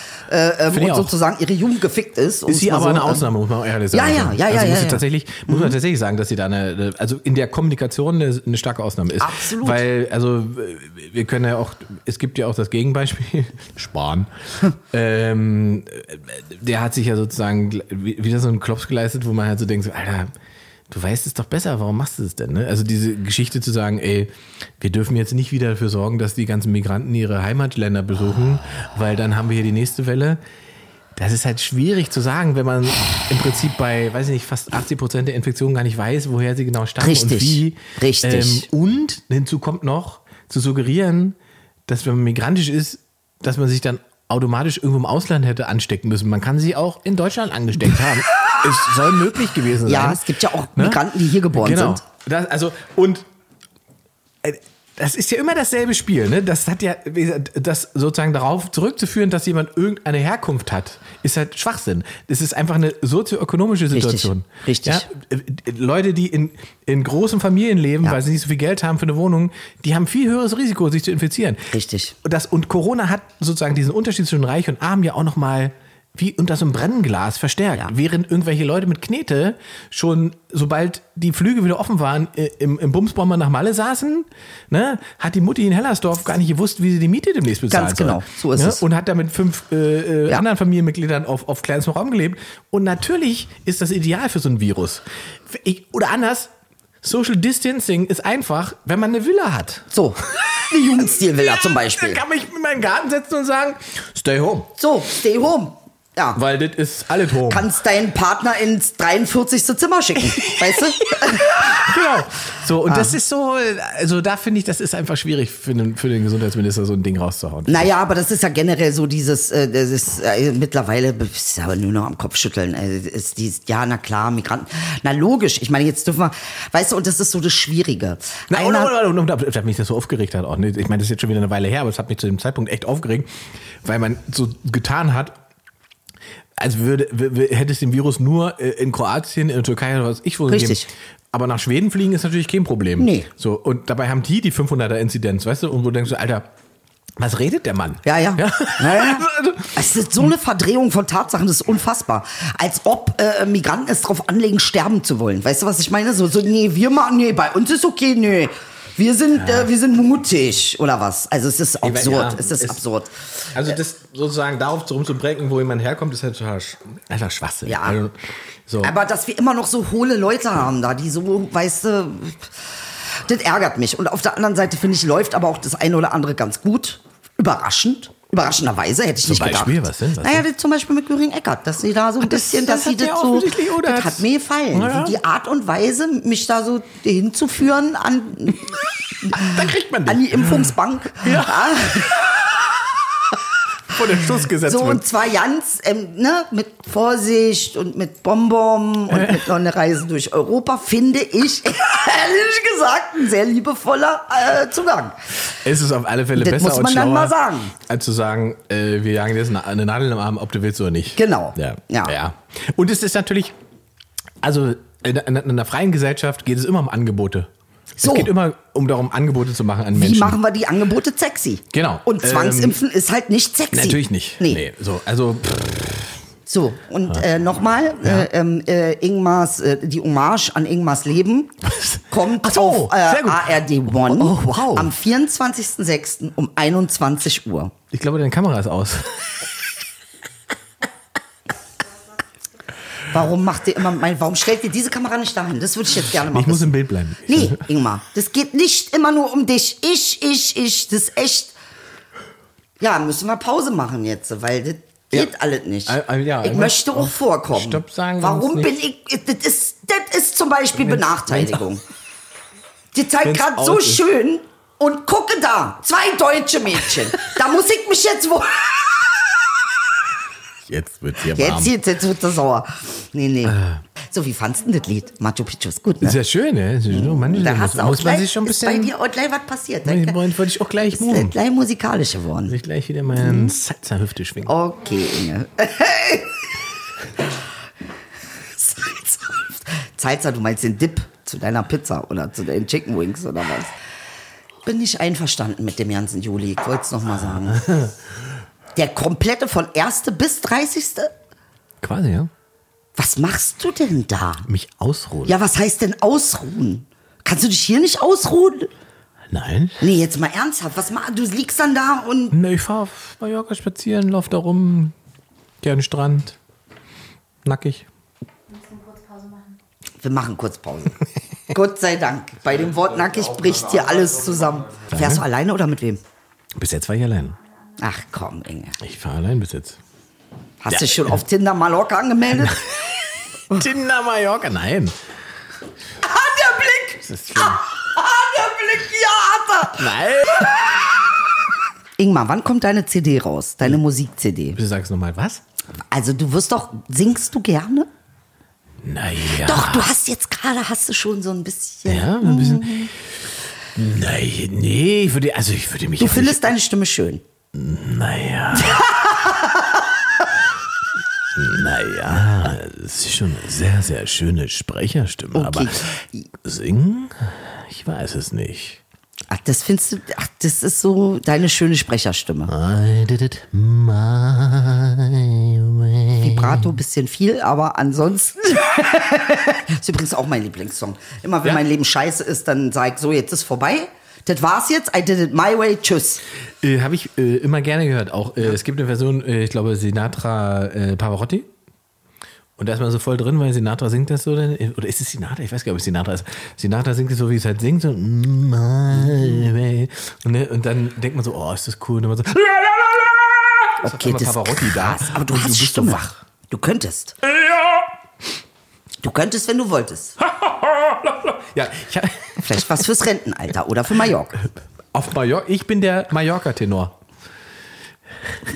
S4: Äh, ähm,
S3: Find ich
S4: und
S3: auch.
S4: sozusagen ihre Jugend gefickt ist.
S3: Ist sie
S4: um's mal
S3: aber
S4: so,
S3: eine
S4: ähm,
S3: Ausnahme, muss man auch ehrlich
S4: Ja,
S3: sagen.
S4: ja, ja, ja,
S3: Also
S4: ja,
S3: muss, ich
S4: ja. Mhm.
S3: tatsächlich, muss man tatsächlich sagen, dass sie da eine, also in der Kommunikation eine, eine starke Ausnahme ist.
S4: Absolut.
S3: Weil, also wir können ja auch, es gibt ja auch das Gegenbeispiel, Spahn. ähm, der hat sich ja sozusagen gl- wie- wieder so einen Klops geleistet, wo man halt so denkt, so, Alter, du weißt es doch besser, warum machst du es denn? Ne? Also diese Geschichte zu sagen, ey, wir dürfen jetzt nicht wieder dafür sorgen, dass die ganzen Migranten ihre Heimatländer besuchen, weil dann haben wir hier die nächste Welle. Das ist halt schwierig zu sagen, wenn man im Prinzip bei, weiß ich nicht, fast 80 Prozent der Infektionen gar nicht weiß, woher sie genau stammen und
S4: Richtig.
S3: wie.
S4: Richtig.
S3: Ähm, und hinzu kommt noch, zu suggerieren, dass wenn man migrantisch ist, dass man sich dann automatisch irgendwo im Ausland hätte anstecken müssen. Man kann sich auch in Deutschland angesteckt haben. es soll möglich gewesen sein.
S4: Ja, es gibt ja auch Migranten, die hier geboren
S3: ne? genau.
S4: sind.
S3: Das, also, und äh, das ist ja immer dasselbe Spiel, ne? Das hat ja, wie gesagt, das sozusagen darauf zurückzuführen, dass jemand irgendeine Herkunft hat, ist halt Schwachsinn. Das ist einfach eine sozioökonomische Situation.
S4: Richtig.
S3: Ja? Äh, äh, Leute, die in, in großen Familien leben,
S4: Ja.
S3: weil sie nicht so viel Geld haben für eine Wohnung, die haben viel höheres Risiko, sich zu infizieren.
S4: Richtig.
S3: Und Das, und Corona hat sozusagen diesen Unterschied zwischen Reich und Arm ja auch nochmal wie unter so einem Brennglas verstärkt.
S4: Ja.
S3: Während irgendwelche Leute mit Knete schon, sobald die Flüge wieder offen waren, äh, im, im Bumsbomber nach Malle saßen, ne, hat die Mutti in Hellersdorf gar nicht gewusst, wie sie die Miete demnächst bezahlen
S4: Ganz genau,
S3: soll.
S4: so ist
S3: Ne?
S4: es.
S3: Und hat damit fünf äh, äh,
S4: Ja.
S3: anderen Familienmitgliedern auf, auf kleinstem Raum gelebt. Und natürlich ist das ideal für so ein Virus. Ich, oder anders, Social Distancing ist einfach, wenn man eine Villa hat.
S4: So, eine Jugendstilvilla zum
S3: Ich
S4: Beispiel.
S3: kann mich in meinen Garten setzen und sagen, stay home.
S4: So, stay home. Ja.
S3: Weil das ist alles home.
S4: Kannst deinen Partner ins 43. Zimmer schicken, weißt du?
S3: genau. So,
S4: Ah.
S3: und das ist so, also da finde ich, das ist einfach schwierig für den, für den Gesundheitsminister, so ein Ding rauszuhauen.
S4: Naja, aber das ist ja generell so dieses, äh, das ist äh, mittlerweile das ist aber nur noch am Kopfschütteln. Äh, ist dieses, ja, na klar, Migranten. Na logisch, ich meine, jetzt dürfen wir, weißt du, und das ist so das Schwierige.
S3: Na, und,
S4: Einer-
S3: und, und, und, und, und mich das so aufgeregt hat auch. Ne? Ich meine, das ist jetzt schon wieder eine Weile her, aber es hat mich zu dem Zeitpunkt echt aufgeregt, weil man so getan hat, als würde, w- w- hätte es den Virus nur äh, in Kroatien, in der Türkei oder was ich wohl gegeben.
S4: Richtig.
S3: Aber nach Schweden fliegen ist natürlich kein Problem.
S4: Nee.
S3: So, und dabei haben die die 500er-Inzidenz, weißt du? Und wo denkst du, Alter, was redet der Mann?
S4: Ja, ja.
S3: ja?
S4: ja, ja. Es ist so eine Verdrehung von Tatsachen, das ist unfassbar. Als ob äh, Migranten es drauf anlegen, sterben zu wollen. Weißt du, was ich meine? So, so nee, wir machen, nee, bei uns ist okay, nee. Wir sind, äh, wir sind mutig oder was. Also es ist
S3: Ich mein,
S4: absurd,
S3: ja,
S4: es ist
S3: es-
S4: absurd.
S3: Also das sozusagen darauf rumzubrechen, wo jemand herkommt, ist halt total sch- einfach Schwachsinn.
S4: Ja.
S3: Also, so.
S4: Aber dass wir immer noch so hohle Leute haben da, die so, weißt du, das ärgert mich. Und auf der anderen Seite finde ich, läuft aber auch das eine oder andere ganz gut. Überraschend. Überraschenderweise hätte ich nicht
S3: Beispiel,
S4: gedacht.
S3: was denn? Was
S4: naja, das zum Beispiel mit Göring Eckert, dass sie da so ein
S3: das-
S4: bisschen,
S3: das
S4: dass sie
S3: hat dir
S4: das so.
S3: offensichtlich, oder?
S4: Das hat mir gefallen.
S3: Naja.
S4: Die Art und Weise, mich da so hinzuführen an,
S3: Dann kriegt man
S4: an
S3: den
S4: die Impfungsbank. Ah. Ja.
S3: vor dem Schuss gesetzt.
S4: So,
S3: wird.
S4: und zwar ganz, ähm, ne, mit Vorsicht und mit Bonbon und mit noch eine Reise durch Europa, finde ich, ehrlich gesagt, ein sehr liebevoller äh, Zugang.
S3: es ist auf alle Fälle
S4: Das
S3: besser
S4: muss
S3: und
S4: man dann
S3: schlauer,
S4: mal sagen.
S3: als zu sagen, äh, wir jagen dir jetzt eine- eine Nadel im Arm, ob du willst oder nicht.
S4: Genau.
S3: Ja.
S4: Ja.
S3: ja. Und es ist natürlich, also in, in, in einer freien Gesellschaft geht es immer um Angebote.
S4: So.
S3: Es geht immer um darum, Angebote zu machen an
S4: Wie
S3: Menschen.
S4: machen wir die Angebote sexy?
S3: Genau.
S4: Und Zwangsimpfen ist halt nicht sexy.
S3: Natürlich nicht.
S4: Nee.
S3: So, also pff,
S4: So, und äh, nochmal, äh, ähm, äh, Ingmars, äh, die Hommage an Ingmars Leben kommt
S3: Ach so,
S4: auf äh,
S3: sehr gut.
S4: ARD One
S3: Oh, wow.
S4: am 24.06. um 21 Uhr.
S3: ich glaube, deine Kamera ist aus.
S4: Warum macht ihr immer mein, warum stellt ihr diese Kamera nicht dahin? Das würde ich jetzt gerne mal
S3: Ich muss
S4: wissen.
S3: im Bild bleiben.
S4: Nee, Ingmar, das geht nicht immer nur um dich. Ich, ich, ich, das ist echt. Ja, müssen wir Pause machen jetzt, weil das geht alles nicht.
S3: Al- al- ja,
S4: ich
S3: einmal
S4: möchte auch
S3: auf
S4: vorkommen.
S3: Stopp sagen,
S4: Warum
S3: sonst
S4: bin ich. Das ist, das ist zum Beispiel Benachteiligung. Die zeigt
S3: Wenn's
S4: gerade
S3: aus
S4: so
S3: ist.
S4: schön und gucke da, zwei deutsche Mädchen. da muss ich mich jetzt wohl.
S3: Jetzt wird's hier warm.
S4: Jetzt, jetzt, jetzt wird er sauer. Nee, nee. So, wie fandst du denn das Lied? Machu Picchu ist gut, ne?
S3: Äh. Ist ja schön, ne? So, manche-
S4: Da hast du auch
S3: muss man
S4: gleich,
S3: sich schon ein
S4: ist bei
S3: bisschen.
S4: dir auch gleich was passiert.
S3: Wollte- wollte ich auch gleich
S4: ist Mhm.
S3: moven.
S4: gleich musikalisch geworden.
S3: Sich gleich wieder meinen Salzerhüfte schwingen.
S4: Okay, Inge. Salsa. Salsa, du meinst den Dip zu deiner Pizza oder zu deinen Chicken Wings oder was? Bin nicht einverstanden mit dem ganzen Juli. Ich wollte es nochmal sagen. Der komplette von 1. bis 30.
S3: Quasi, ja.
S4: Was machst du denn da?
S3: Mich ausruhen.
S4: Ja, was heißt denn ausruhen? Kannst du dich hier nicht ausruhen?
S3: Nein.
S4: Nee, jetzt mal ernsthaft. Was ma du liegst dann da und
S3: Na, ich fahr auf Mallorca spazieren, lauf da rum, geh an den Strand. Nackig.
S4: Wir machen kurz Pause. Gott sei Dank. Bei dem Wort nackig bricht hier alles zusammen. Fährst du alleine oder mit wem?
S3: Bis jetzt war ich allein.
S4: Ach komm, Inge.
S3: Ich fahre allein bis jetzt.
S4: Hast du dich schon auf Tinder Mallorca angemeldet?
S3: Tinder Mallorca? Nein.
S4: ah, der Blick!
S3: Das ist schlimm.
S4: Ah, der Blick! Ja, hat er!
S3: Nein.
S4: Ingmar, wann kommt deine CD raus? Deine
S3: Hm.
S4: Musik-CD?
S3: Du sagst nochmal was?
S4: Also du wirst doch, singst du gerne?
S3: Naja.
S4: Doch, du Oh. hast jetzt gerade, hast du schon so ein bisschen...
S3: Ah. Ja, ein bisschen. Nein, nee, ich würde, also ich würde mich.
S4: Du
S3: ja
S4: findest deine Stimme schön.
S3: Nicht, naja. naja, es ist schon eine sehr, sehr schöne Sprecherstimme, aber singen? Ich weiß es nicht.
S4: Ach, das findest du, ach, das ist so deine schöne Sprecherstimme.
S3: I did it my way.
S4: Vibrato, bisschen viel, aber ansonsten. ist übrigens auch mein Lieblingssong. Immer wenn
S3: Ja?
S4: mein Leben scheiße ist, dann sage ich so, jetzt ist vorbei. Das war's jetzt. I did it my way. Tschüss.
S3: Äh, Habe ich äh, immer gerne gehört. Auch äh, es gibt eine Version, äh, ich glaube, Sinatra äh, Pavarotti. Und da ist man so voll drin, weil Sinatra singt das so. Dann, oder ist es Sinatra? Ich weiß gar nicht, ob es Sinatra ist. Sinatra singt es so, wie es halt singt. So, "Mm, my way." und, ne, und dann denkt man so, oh, ist das cool. Und dann so, Ist auf
S4: Okay,
S3: einmal
S4: das ist
S3: Pavarotti da.
S4: krass, aber du
S3: Und
S4: hast
S3: du bist
S4: Stimme.
S3: so wach.
S4: Du könntest. Du könntest, wenn du wolltest.
S3: ja, ich, hab-
S4: Vielleicht was fürs Rentenalter oder für Mallorca.
S3: auf Mallorca, ich bin der Mallorca-Tenor.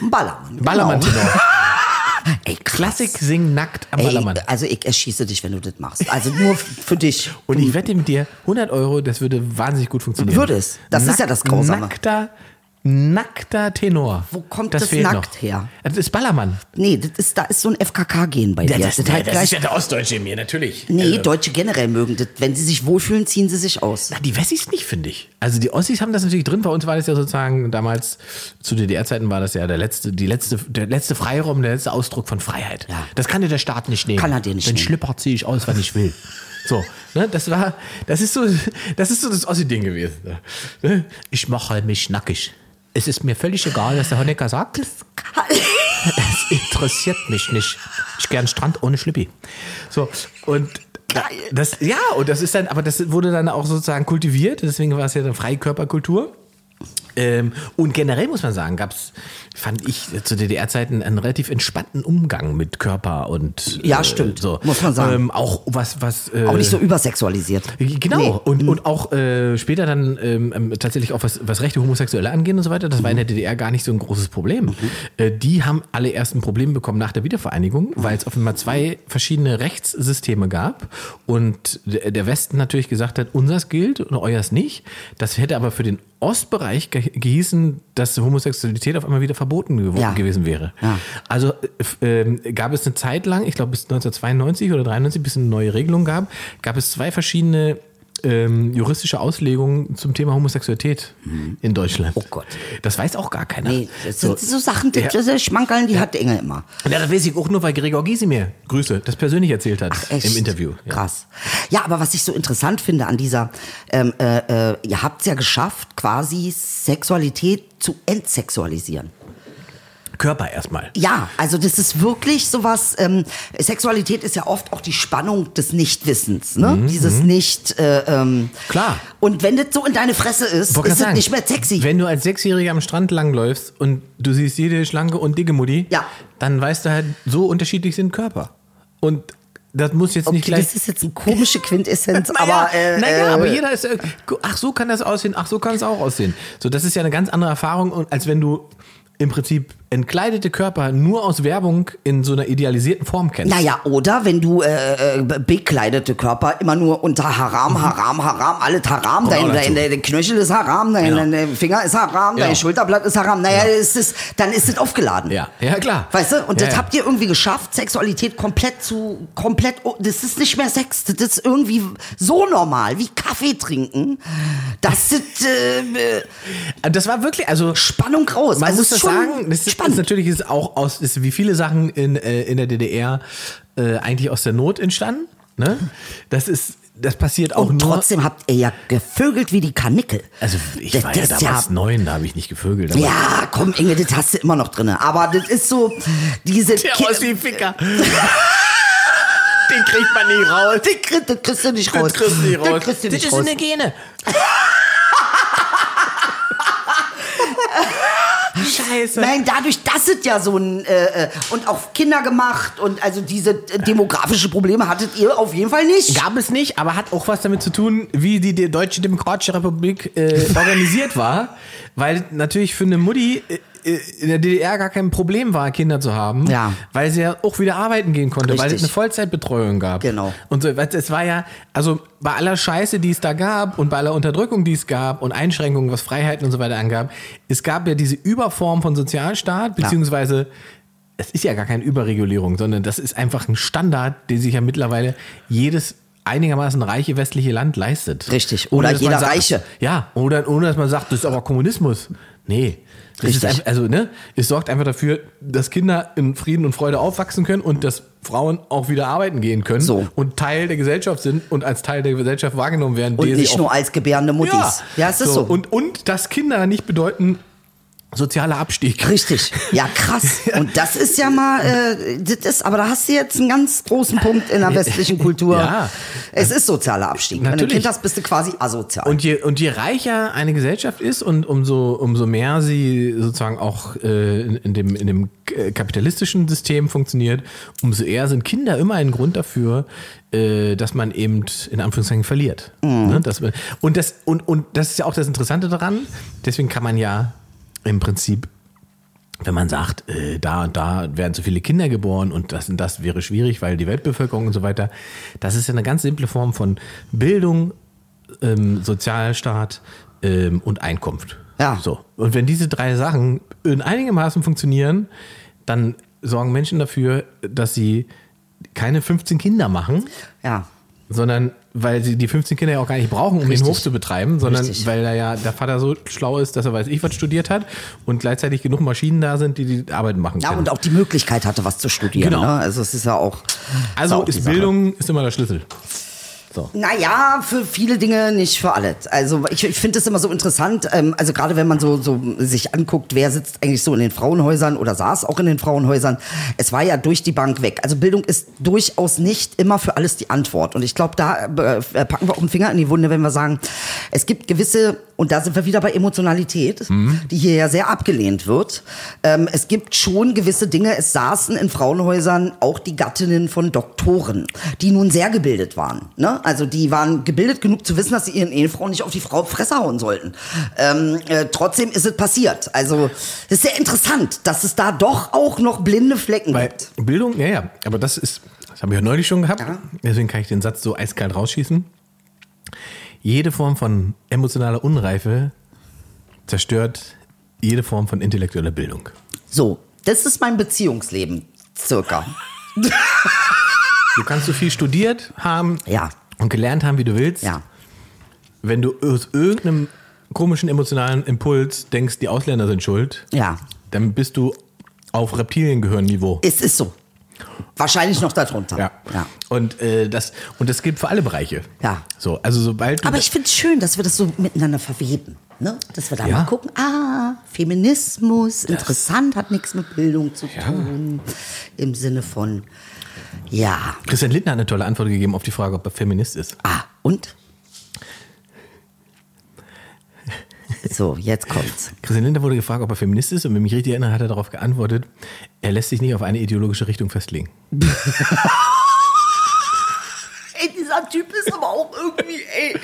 S4: Ein Ballermann.
S3: Ballermann-Tenor.
S4: Genau. Ey, krass.
S3: Klassik singen nackt am
S4: Ey,
S3: Ballermann.
S4: also ich erschieße dich, wenn du das machst. Also nur f- für dich.
S3: Und ich wette mit dir, 100 Euro, das würde wahnsinnig gut funktionieren.
S4: Hm. Würde es. Das ist ja das Grausame.
S3: Nackter, nackter Tenor.
S4: Wo kommt das
S3: fehlt
S4: nackt
S3: noch.
S4: her?
S3: Das ist Ballermann.
S4: Nee, das ist, da ist so ein FKK-Gen bei dir. halt gleich-
S3: der Ostdeutsche in mir, natürlich.
S4: Nee, Deutsche generell mögen das. Wenn sie sich wohlfühlen, ziehen sie sich aus.
S3: Na, die Wessis nicht, finde ich. Also die Ossis haben das natürlich drin. Bei uns war das ja sozusagen damals, zu DDR-Zeiten war das ja der letzte, die letzte, der letzte Freiraum, der letzte Ausdruck von Freiheit.
S4: Ja.
S3: Das kann dir der Staat nicht nehmen.
S4: Kann er dir nicht
S3: Den
S4: nehmen.
S3: Schlipper ziehe ich aus, wann ich will. So, ne, das war, das ist so, das ist so das Ossi-Ding gewesen. Ne? Ich mache mich nackig. Es ist mir völlig egal, was der Honecker sagt. Es interessiert mich nicht. Ich gern Strand ohne Schlippi. So, und das, ja, und das ist dann, aber das wurde dann auch sozusagen kultiviert, deswegen war es ja dann Freikörperkultur. Ähm, und generell muss man sagen, gab's, fand ich zu DDR-Zeiten einen relativ entspannten Umgang mit Körper und äh,
S4: Ja, stimmt.
S3: so.
S4: Muss man sagen.
S3: Ähm, auch was, was äh,
S4: Auch nicht so übersexualisiert.
S3: Genau.
S4: Nee.
S3: Und, und auch äh, später dann ähm, ähm, tatsächlich auch was, was Rechte Homosexuelle angehen und so weiter, das war in der
S4: Mhm.
S3: DDR gar nicht so ein großes Problem. Äh, die haben alle erst ein Problem bekommen nach der Wiedervereinigung, weil es offenbar zwei verschiedene Rechtssysteme gab und der der Westen natürlich gesagt hat, unsers gilt und euers nicht. Das hätte aber für den Ostbereich ge gehießen, dass Homosexualität auf einmal wieder verboten gewo-
S4: Ja.
S3: gewesen wäre.
S4: Ja.
S3: Also äh, f- ähm, gab es eine Zeit lang, ich glaube bis 1992 oder 93, bis es eine neue Regelung gab, gab es zwei verschiedene ähm, juristische Auslegungen zum Thema Homosexualität in Deutschland. Oh
S4: Gott.
S3: Das weiß auch gar keiner.
S4: Nee, das sind so, Sachen, die,
S3: Ja.
S4: diese Schmankerln, die hat Engel immer.
S3: Ja, das weiß ich auch nur, weil Gregor Gysi mir Grüße, das persönlich erzählt hat
S4: Echt?
S3: im Interview. Ja.
S4: Krass. Ja, aber was ich so interessant finde an dieser, ähm, äh, äh, ihr habt es ja geschafft, quasi Sexualität zu entsexualisieren.
S3: Körper erstmal.
S4: Ja, also das ist wirklich sowas. Ähm, Sexualität ist ja oft auch die Spannung des Nichtwissens, ne? Dieses nicht. Äh, ähm,
S3: Mhm, Klar.
S4: Und wenn das so in deine Fresse ist,
S3: Wollte
S4: ist
S3: gerade
S4: es nicht mehr sexy.
S3: Wenn du als Sechsjähriger am Strand langläufst und du siehst jede schlanke und dicke Mutti,
S4: Ja.
S3: dann weißt du halt, so unterschiedlich sind Körper. Und das muss jetzt nicht
S4: okay,
S3: gleich.
S4: das ist jetzt eine komische Quintessenz, aber äh,
S3: naja,
S4: äh,
S3: aber jeder ist. äh, gu- Ach, so kann das aussehen, ach, so kann es auch aussehen. So, das ist ja eine ganz andere Erfahrung, und- als wenn du im Prinzip entkleidete Körper nur aus Werbung in so einer idealisierten Form kennst.
S4: Naja, oder wenn du äh, äh, bekleidete Körper immer nur unter
S3: Mhm.
S4: Haram, Haram, Haram, alles Haram, dein,
S3: auch
S4: dein, dein Knöchel ist Haram, dein,
S3: Ja.
S4: dein Finger ist Haram,
S3: Ja.
S4: dein Schulterblatt ist Haram, naja, ist es, dann ist es aufgeladen.
S3: Genau. Ja, ja klar.
S4: Weißt du, und
S3: ja,
S4: das
S3: ja.
S4: habt ihr irgendwie geschafft, Sexualität komplett zu, komplett, oh, das ist nicht mehr Sex, das ist irgendwie so normal, wie Kaffee trinken, dass das äh, äh,
S3: Das war wirklich, also
S4: Spannung raus.
S3: Man
S4: also
S3: muss
S4: es
S3: das
S4: ist schon
S3: sagen, das ist, ist
S4: spannend.
S3: natürlich ist auch aus, ist wie viele Sachen in, äh, in der DDR äh, eigentlich aus der Not entstanden. Ne? Das ist, das passiert auch
S4: und
S3: nur.
S4: trotzdem habt ihr ja gevögelt wie die Kanickel.
S3: also ich
S4: Das-
S3: war ja
S4: das ist
S3: damals neun, da habe ich nicht gevögelt. aber-
S4: Ja, komm, Inge, das hast du immer noch drinne. Aber das ist so, diese
S3: Der
S4: Ki-
S3: aus wie ein Ficker. Den kriegt man nie raus.
S4: Die kriegst, das kriegst du nicht raus.
S3: Das kriegst du nicht
S4: Das
S3: raus.
S4: kriegst du nicht
S3: das
S4: raus.
S3: ist eine Gene. Scheiße.
S4: Nein, dadurch, dass es ja so ein äh, äh, und auf Kinder gemacht und also diese äh, demografische Probleme hattet ihr auf jeden Fall nicht.
S3: Gab es nicht, aber hat auch was damit zu tun, wie die, die Deutsche Demokratische Republik äh, organisiert war. Weil natürlich für eine Mutti äh, äh, in der DDR gar kein Problem war, Kinder zu haben.
S4: Ja.
S3: Weil sie ja auch wieder arbeiten gehen konnte, weil es
S4: Richtig.
S3: eine Vollzeitbetreuung gab.
S4: Genau.
S3: Und so, weil es war ja, also bei aller Scheiße, die es da gab und bei aller Unterdrückung, die es gab und Einschränkungen, was Freiheiten und so weiter angab, es gab ja diese Überform von Sozialstaat, beziehungsweise es ist ja gar keine Überregulierung, sondern das ist einfach ein Standard, den sich ja mittlerweile jedes einigermaßen reiche westliche Land leistet.
S4: Richtig.
S3: Ohne,
S4: Oder
S3: dass man
S4: jeder
S3: sagt,
S4: Reiche.
S3: Ja, oder ohne dass man sagt, das ist aber Kommunismus. Nee. Das ist
S4: Richtig.
S3: einfach, also, ne, es sorgt einfach dafür, dass Kinder in Frieden und Freude aufwachsen können und dass Frauen auch wieder arbeiten gehen können
S4: So.
S3: und Teil der Gesellschaft sind und als Teil der Gesellschaft wahrgenommen werden.
S4: und
S3: die sie
S4: nicht
S3: auch-
S4: nur als gebärende Muttis. Ja, es ist so.
S3: Und, und dass Kinder nicht bedeuten sozialer Abstieg.
S4: Richtig. Ja, krass. Und das ist ja mal, äh, das ist, aber da hast du jetzt einen ganz großen Punkt in der westlichen Kultur.
S3: Ja.
S4: Es ist sozialer Abstieg. Wenn du ein
S3: Natürlich.
S4: Kind hast, bist du quasi asozial.
S3: Und je, und je reicher eine Gesellschaft ist und umso, umso mehr sie sozusagen auch äh, in, in, dem, in dem k- kapitalistischen System funktioniert, umso eher sind Kinder immer ein Grund dafür, äh, dass man eben in Anführungszeichen verliert. Ne? Dass man, und, das, und, und das ist ja auch das Interessante daran. Deswegen kann man ja im Prinzip wenn man sagt, äh, da und da werden zu viele Kinder geboren und das und das wäre schwierig, weil die Weltbevölkerung und so weiter, das ist ja eine ganz simple Form von Bildung, ähm, Sozialstaat ähm, und Einkunft.
S4: Ja.
S3: So. Und wenn diese drei Sachen in einigermaßen funktionieren, dann sorgen Menschen dafür, dass sie keine 15 Kinder machen,
S4: ja.
S3: sondern weil sie die 15 Kinder ja auch gar nicht brauchen, um
S4: Richtig.
S3: den Hof zu betreiben, sondern
S4: Richtig.
S3: weil da ja der Vater so schlau ist, dass er weiß ich was studiert hat und gleichzeitig genug Maschinen da sind, die die Arbeit machen
S4: Ja,
S3: können.
S4: und auch die Möglichkeit hatte, was zu studieren.
S3: Genau.
S4: Ne? Also es ist ja auch.
S3: also
S4: auch die
S3: ist
S4: Sache.
S3: Bildung ist immer der Schlüssel.
S4: Naja, für viele Dinge, nicht für alles. Also ich, ich finde es immer so interessant, ähm, also gerade wenn man so, so sich anguckt, wer sitzt eigentlich so in den Frauenhäusern oder saß auch in den Frauenhäusern. Es war ja durch die Bank weg. Also Bildung ist durchaus nicht immer für alles die Antwort. Und ich glaube, da äh, packen wir auch einen Finger in die Wunde, wenn wir sagen, es gibt gewisse, und da sind wir wieder bei Emotionalität, die hier ja sehr abgelehnt wird. Ähm, es gibt schon gewisse Dinge, es saßen in Frauenhäusern auch die Gattinnen von Doktoren, die nun sehr gebildet waren. Ne? Also die waren gebildet genug zu wissen, dass sie ihren Ehefrauen nicht auf die Frau Fresse hauen sollten. Ähm, äh, trotzdem ist es passiert. Also es ist sehr interessant, dass es da doch auch noch blinde Flecken
S3: Weil
S4: gibt.
S3: Bildung, ja, ja, aber das ist, das habe ich ja neulich schon gehabt,
S4: Ja.
S3: deswegen kann ich den Satz so eiskalt rausschießen. Jede Form von emotionaler Unreife zerstört jede Form von intellektueller Bildung.
S4: So, das ist mein Beziehungsleben, circa.
S3: Du kannst so viel studiert haben
S4: Ja.
S3: und gelernt haben, wie du willst.
S4: Ja.
S3: wenn du aus irgendeinem komischen emotionalen Impuls denkst, die Ausländer sind schuld,
S4: Ja.
S3: dann bist du auf Reptiliengehirnniveau.
S4: Es ist so. Wahrscheinlich noch darunter.
S3: Ja.
S4: ja.
S3: Und äh, das und das gilt für alle Bereiche.
S4: Ja.
S3: So, also sobald du
S4: Aber ich finde es schön, dass wir das so miteinander verweben. Ne? Dass wir da
S3: Ja.
S4: mal gucken, ah, Feminismus, interessant, hat nichts mit Bildung zu tun. Im Sinne von, ja,
S3: Christian Lindner hat eine tolle Antwort gegeben auf die Frage, ob er Feminist ist.
S4: ah, und? So, jetzt kommt's.
S3: Christian Lindner wurde gefragt, ob er Feminist ist und wenn ich mich richtig erinnere, hat er darauf geantwortet, er lässt sich nicht auf eine ideologische Richtung festlegen.
S4: Ey, diese dieser Typ ist aber auch irgendwie, ey.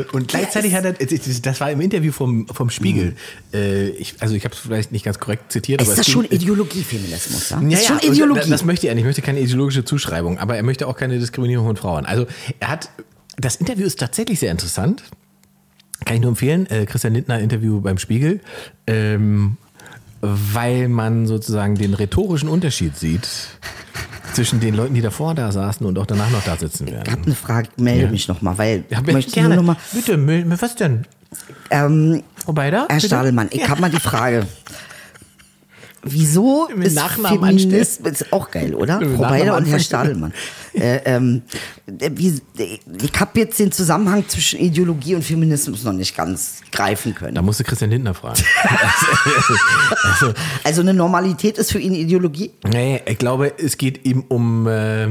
S3: Äh, Und gleichzeitig hat er, das war im Interview vom, vom Spiegel, äh, ich, also ich habe es vielleicht nicht ganz korrekt zitiert, aber
S4: Ist
S3: es
S4: das
S3: ging-
S4: schon
S3: es-
S4: Ideologiefeminismus? Ja?
S3: Ja,
S4: ist
S3: ja,
S4: schon
S3: und äh,
S4: Ideologie.
S3: Das, das möchte er nicht. Er möchte keine ideologische Zuschreibung, aber er möchte auch keine Diskriminierung von Frauen. Also er hat, das Interview ist tatsächlich sehr interessant. Kann ich nur empfehlen. Äh, Christian Lindner Interview beim Spiegel. Ähm, weil man sozusagen den rhetorischen Unterschied sieht zwischen den Leuten, die davor da saßen und auch danach noch da sitzen
S4: ich habe
S3: werden.
S4: eine Frage, ich melde
S3: Ja.
S4: mich nochmal, weil
S3: Ja,
S4: ich möchte nur nochmal.
S3: Bitte, Mil- was denn?
S4: Ähm,
S3: Frau Beider?
S4: Herr
S3: Bitte?
S4: Stadelmann, ich habe mal die Frage. Wieso
S3: Mit
S4: ist
S3: Nachnamen
S4: Feminismus ist auch geil, oder?
S3: Mit
S4: Frau Beider
S3: Nachnamen
S4: und Herr
S3: anstellen.
S4: Stadelmann. äh, ähm, äh, wie, äh, ich habe jetzt den Zusammenhang zwischen Ideologie und Feminismus noch nicht ganz greifen
S3: Da
S4: können.
S3: musste Christian Lindner fragen.
S4: Also eine Normalität ist für ihn Ideologie.
S3: Nee, ich glaube, es geht ihm um äh, äh,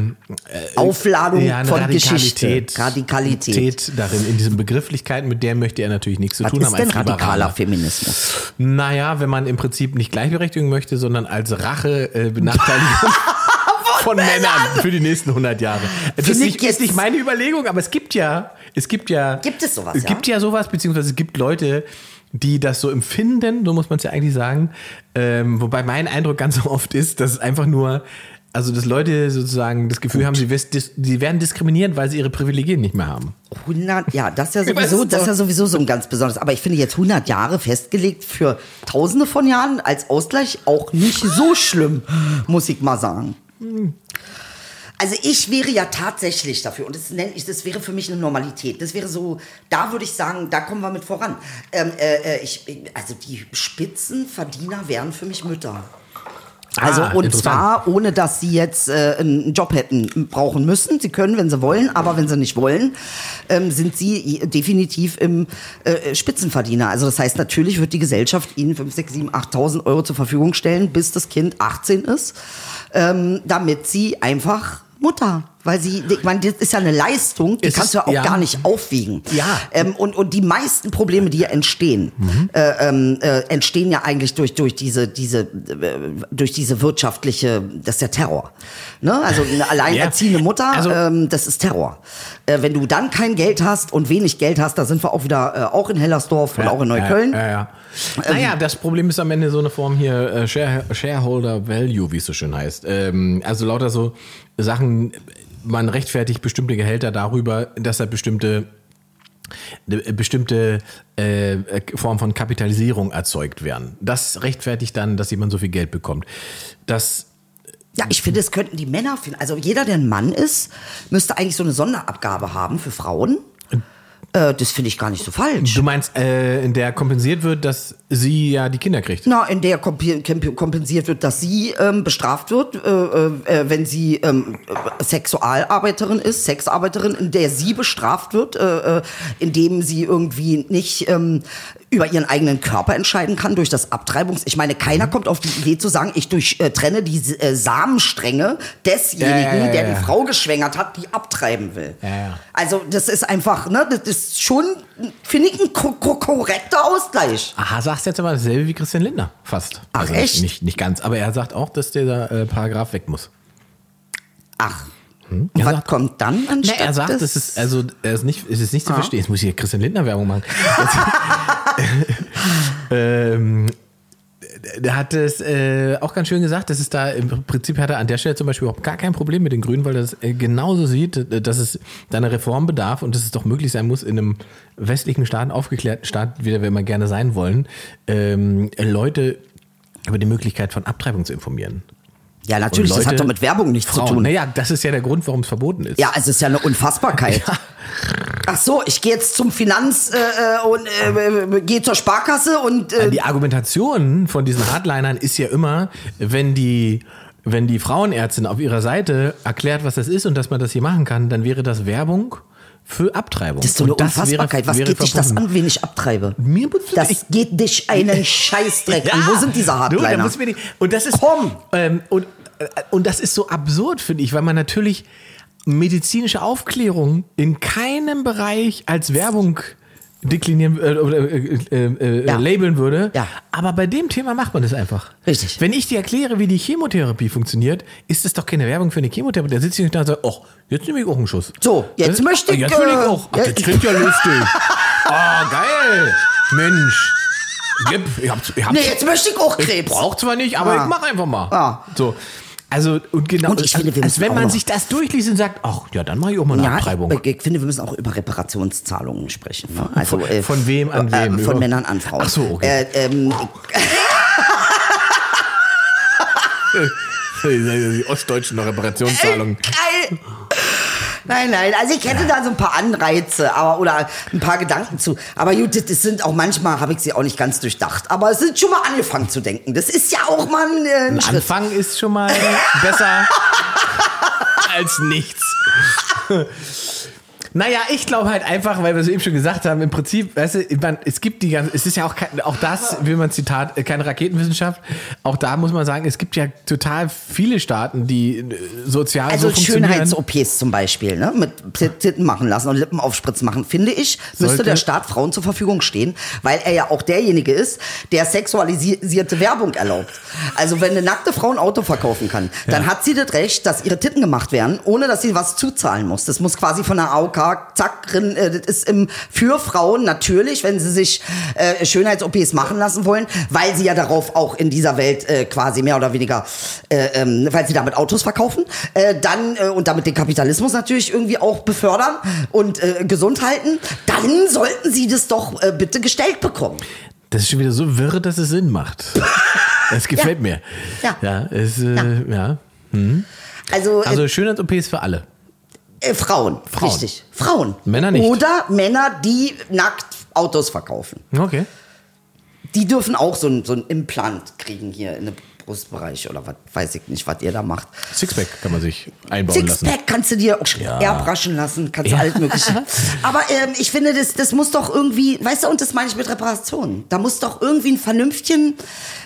S4: Aufladung
S3: eine
S4: von
S3: Radikalität.
S4: Geschichte. Radikalität.
S3: Tät darin, in diesen Begrifflichkeiten, mit der möchte er natürlich nichts zu
S4: Was
S3: tun haben.
S4: ist denn
S3: als Liberaler.
S4: radikaler Feminismus?
S3: Naja, wenn man im Prinzip nicht Gleichberechtigung möchte, sondern als Rache äh, Benachteiligung von Männern für die nächsten 100 Jahre. Das ist
S4: Finde ich
S3: nicht, ist
S4: jetzt-
S3: nicht meine Überlegung, aber es gibt ja, es gibt ja.
S4: Gibt es sowas,
S3: Es
S4: ja?
S3: gibt ja sowas, beziehungsweise es gibt Leute, die das so empfinden, so muss man es ja eigentlich sagen. Ähm, wobei mein Eindruck ganz oft ist, dass es einfach nur. Also, dass Leute sozusagen das Gefühl haben, sie, wis- dis- sie werden diskriminiert, weil sie ihre Privilegien nicht mehr haben.
S4: 100, ja, das ist ja
S3: Ich weiß
S4: sowieso,
S3: es
S4: das ist
S3: doch.
S4: ja sowieso so ein ganz besonderes. Aber ich finde jetzt 100 Jahre festgelegt für Tausende von Jahren als Ausgleich auch nicht so schlimm, muss ich mal sagen. Also ich wäre ja tatsächlich dafür und das nenne ich, das wäre für mich eine Normalität. Das wäre so, da würde ich sagen, da kommen wir mit voran. Ähm, äh, äh, ich, also die Spitzenverdiener wären für mich Mütter. Also
S3: Ah,
S4: und
S3: interessant.
S4: zwar ohne, dass sie jetzt äh, einen Job hätten brauchen müssen. Sie können, wenn sie wollen, aber wenn sie nicht wollen, ähm, sind sie definitiv im äh, Spitzenverdiener. Also das heißt, natürlich wird die Gesellschaft ihnen 5, 6, 7, 8.000 Euro zur Verfügung stellen, bis das Kind 18 ist, ähm, damit sie einfach Mutter, weil sie, ich meine, das ist ja eine Leistung, die
S3: Es ist-
S4: kannst du ja auch
S3: ja.
S4: gar nicht aufwiegen.
S3: Ja.
S4: Ähm, und, und die meisten Probleme, die hier entstehen, äh, ähm, äh, entstehen ja eigentlich durch, durch, diese, diese, äh, durch diese wirtschaftliche, das ist ja Terror. Ne? Also eine alleinerziehende
S3: Ja.
S4: Mutter,
S3: Also-
S4: ähm, das ist Terror. Äh, wenn du dann kein Geld hast und wenig Geld hast, da sind wir auch wieder, äh, auch in Hellersdorf und auch in Neukölln. Ähm,
S3: Ja, ja, ja. Naja, das Problem ist am Ende so eine Form hier, äh, Share, Shareholder Value, wie es so schön heißt. Ähm, also lauter so Sachen, man rechtfertigt bestimmte Gehälter darüber, dass er bestimmte eine bestimmte äh, äh, Form von Kapitalisierung erzeugt werden. Das rechtfertigt dann, dass jemand so viel Geld bekommt. Das
S4: Ja, ich finde, es könnten die Männer finden. Also jeder, der ein Mann ist, müsste eigentlich so eine Sonderabgabe haben für Frauen. Äh, das finde ich gar nicht so falsch.
S3: du meinst, äh, in der kompensiert wird, dass sie ja die Kinder kriegt.
S4: Na, in der kompi- kemp- kompensiert wird, dass sie ähm, bestraft wird, äh, äh, wenn sie ähm, äh, Sexualarbeiterin ist, Sexarbeiterin, in der sie bestraft wird, äh, äh, indem sie irgendwie nicht ähm, über ihren eigenen Körper entscheiden kann durch das Abtreibungs... Ich meine,
S3: Mhm.
S4: keiner kommt auf die Idee zu sagen, ich durch, äh, trenne die äh, Samenstränge desjenigen,
S3: Ja, ja, ja,
S4: der
S3: ja.
S4: die Frau geschwängert hat, die abtreiben will.
S3: Ja, ja.
S4: Also das ist einfach, ne, das ist schon, finde ich, ein ko ko korrekter Ausgleich.
S3: Aha, sagst jetzt aber dasselbe wie Christian Lindner, fast. Also
S4: Ach,
S3: nicht-
S4: echt?
S3: Nicht, nicht ganz, aber er sagt auch, dass dieser äh, Paragraph weg muss.
S4: Ach.
S3: Hm? Ja,
S4: was
S3: sagt-
S4: kommt dann
S3: Nee,
S4: anstatt
S3: er sagt,
S4: des- Ah.
S3: es ist, also, er ist nicht, es ist nicht zu verstehen. Jetzt muss ich hier Christian Lindner Werbung machen. ähm, er hat es äh, auch ganz schön gesagt, dass es da im Prinzip hat er an der Stelle zum Beispiel überhaupt gar kein Problem mit den Grünen, weil er das äh, genauso sieht, äh, dass es da eine Reform bedarf und dass es doch möglich sein muss, in einem westlichen Staat, aufgeklärten Staat, wie wir immer gerne sein wollen, ähm, Leute über die Möglichkeit von Abtreibung zu informieren.
S4: Ja, natürlich,
S3: Und
S4: das hat
S3: Leute-
S4: doch mit Werbung nichts
S3: Frauen.
S4: zu tun.
S3: Naja, das ist ja der Grund, warum es verboten ist.
S4: Ja, es ist ja eine Unfassbarkeit. Ach so, ich gehe jetzt zum Finanz äh, äh, und
S3: Ah.
S4: äh, äh, gehe zur Sparkasse und äh,
S3: die Argumentation von diesen Hardlinern ist ja immer, wenn die wenn die Frauenärztin auf ihrer Seite erklärt, was das ist und dass man das hier machen kann, dann wäre das Werbung für Abtreibung.
S4: das ist so eine
S3: Und das wäre-
S4: Unfassbarkeit. Was
S3: wäre
S4: geht dich das
S3: verboten.
S4: an, wen ich abtreibe?
S3: Mir muss-
S4: das
S3: ich-
S4: geht dich einen Scheißdreck an. Wo sind diese
S3: Du, da
S4: Hardliner?
S3: muss mir nicht, und das ist
S4: Komm!
S3: Ähm, und, äh, und das ist so absurd, finde ich, weil man natürlich medizinische Aufklärung in keinem Bereich als Werbung deklinieren äh, oder äh, äh, äh,
S4: Ja.
S3: labeln würde.
S4: Ja.
S3: Aber bei dem Thema macht man das einfach.
S4: Richtig.
S3: Wenn ich dir erkläre, wie die Chemotherapie funktioniert, ist das doch keine Werbung für eine Chemotherapie. Da sitze ich da und sage, ach, jetzt nehme ich auch einen Schuss.
S4: So, jetzt
S3: Das-
S4: möchte ich,
S3: Jetzt will
S4: äh,
S3: ich auch. Ach,
S4: ja,
S3: das
S4: ich-
S3: klingt ja lustig. Ah, geil. Mensch. Gib, ich hab's, ich hab's,
S4: Nee, jetzt möchte ich auch
S3: ich
S4: Krebs.
S3: brauch zwar nicht, aber
S4: Ah.
S3: ich mach einfach mal.
S4: Ah.
S3: So. Also, und genau,
S4: Und ich finde, wir
S3: als
S4: müssen
S3: wenn
S4: auch
S3: man
S4: noch-
S3: sich das durchliest und sagt, ach, ja, dann mache ich auch mal eine
S4: Ja, äh,
S3: Abtreibung.
S4: ich, ich finde, wir müssen auch über Reparationszahlungen sprechen. Ne? Also,
S3: von- von wem an wem?
S4: Äh, von
S3: Über-
S4: Männern an Frauen.
S3: Ach so, okay.
S4: Äh, ähm,
S3: Die ostdeutschen
S4: Äh,
S3: Reparationszahlungen.
S4: geil. Nein, nein, also ich hätte da so ein paar Anreize aber, oder ein paar Gedanken zu. Aber gut, das- das sind auch manchmal, habe ich sie auch nicht ganz durchdacht. Aber es sind schon mal angefangen zu denken. Das ist ja auch mal ein, äh, ein
S3: Ein
S4: Schritt.
S3: Anfang ist schon mal besser als nichts. Naja, ich glaube halt einfach, weil wir es eben schon gesagt haben, im Prinzip, weißt du, man, es gibt die ganze, es ist ja auch, kein, auch das, will man Zitat, äh, keine Raketenwissenschaft, auch da muss man sagen, es gibt ja total viele Staaten, die äh, sozial
S4: Also
S3: so funktionieren.
S4: Schönheits-OPs zum Beispiel, ne? mit T- Titten machen lassen und Lippenaufspritz machen, finde ich, müsste
S3: Sollte-
S4: der Staat Frauen zur Verfügung stehen, weil er ja auch derjenige ist, der sexualisierte Werbung erlaubt. Also wenn eine nackte Frau ein Auto verkaufen kann, dann hat sie das Recht, dass ihre Titten gemacht werden, ohne dass sie was zuzahlen muss. Das muss quasi von der AOK, zack, rin, äh, das ist im, für Frauen natürlich, wenn sie sich äh, Schönheits-OPs machen lassen wollen, weil sie ja darauf auch in dieser Welt äh, quasi mehr oder weniger, äh, ähm, weil sie damit Autos verkaufen, äh, dann äh, und damit den Kapitalismus natürlich irgendwie auch befördern und äh, gesund halten, dann sollten sie das doch äh, bitte gestellt bekommen.
S3: Das ist schon wieder so wirr, dass es Sinn macht. Das gefällt
S4: Ja.
S3: mir.
S4: Ja.
S3: Ja, es, äh, ja.
S4: Also, äh,
S3: Also Schönheits-OPs für alle.
S4: äh, Frauen,
S3: Frauen.
S4: richtig. Frauen.
S3: Männer nicht.
S4: Oder Männer, die nackt Autos verkaufen.
S3: Okay.
S4: Die dürfen auch so ein, so ein Implant kriegen hier in den Brustbereich oder was, weiß ich nicht, was ihr da macht.
S3: Sixpack kann man sich einbauen lassen.
S4: Sixpack kannst du dir auch
S3: Ja.
S4: erbraschen lassen, kannst du
S3: Ja.
S4: alles mögliche. Aber ähm, ich finde, das, das muss doch irgendwie, weißt du, und das meine ich mit Reparation. Da muss doch irgendwie ein vernünftigen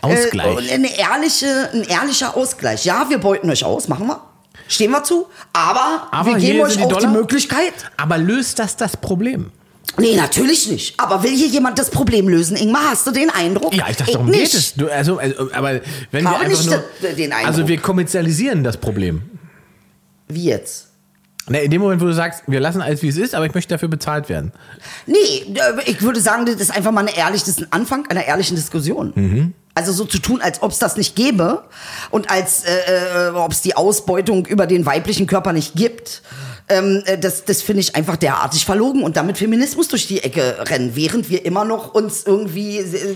S3: Ausgleich.
S4: und eine ehrliche, ein ehrlicher Ausgleich. Ja, wir beuten euch aus, machen wir. Stehen wir zu, aber,
S3: Aber
S4: wir
S3: hier
S4: geben euch
S3: sind die
S4: auch die
S3: Dollar.
S4: Möglichkeit.
S3: Aber löst das das Problem?
S4: Nee, natürlich nicht. Aber will hier jemand das Problem lösen, Ingmar? Hast du den Eindruck?
S3: Ja, ich dachte, darum
S4: nicht.
S3: geht es. Du, also, also, aber wenn wir
S4: Habe
S3: einfach
S4: nicht
S3: nur,
S4: de- den Eindruck.
S3: also wir kommerzialisieren das Problem.
S4: Wie jetzt?
S3: Na, in dem Moment, wo du sagst, wir lassen alles wie es ist, aber ich möchte dafür bezahlt werden.
S4: Nee, äh, ich würde sagen, das ist einfach mal eine ehrlich, das ist ein Anfang einer ehrlichen Diskussion. Also so zu tun, als ob es das nicht gäbe und als äh, äh, ob es die Ausbeutung über den weiblichen Körper nicht gibt. Ähm, äh, das das finde ich einfach derartig verlogen und damit Feminismus durch die Ecke rennen, während wir immer noch uns irgendwie, äh,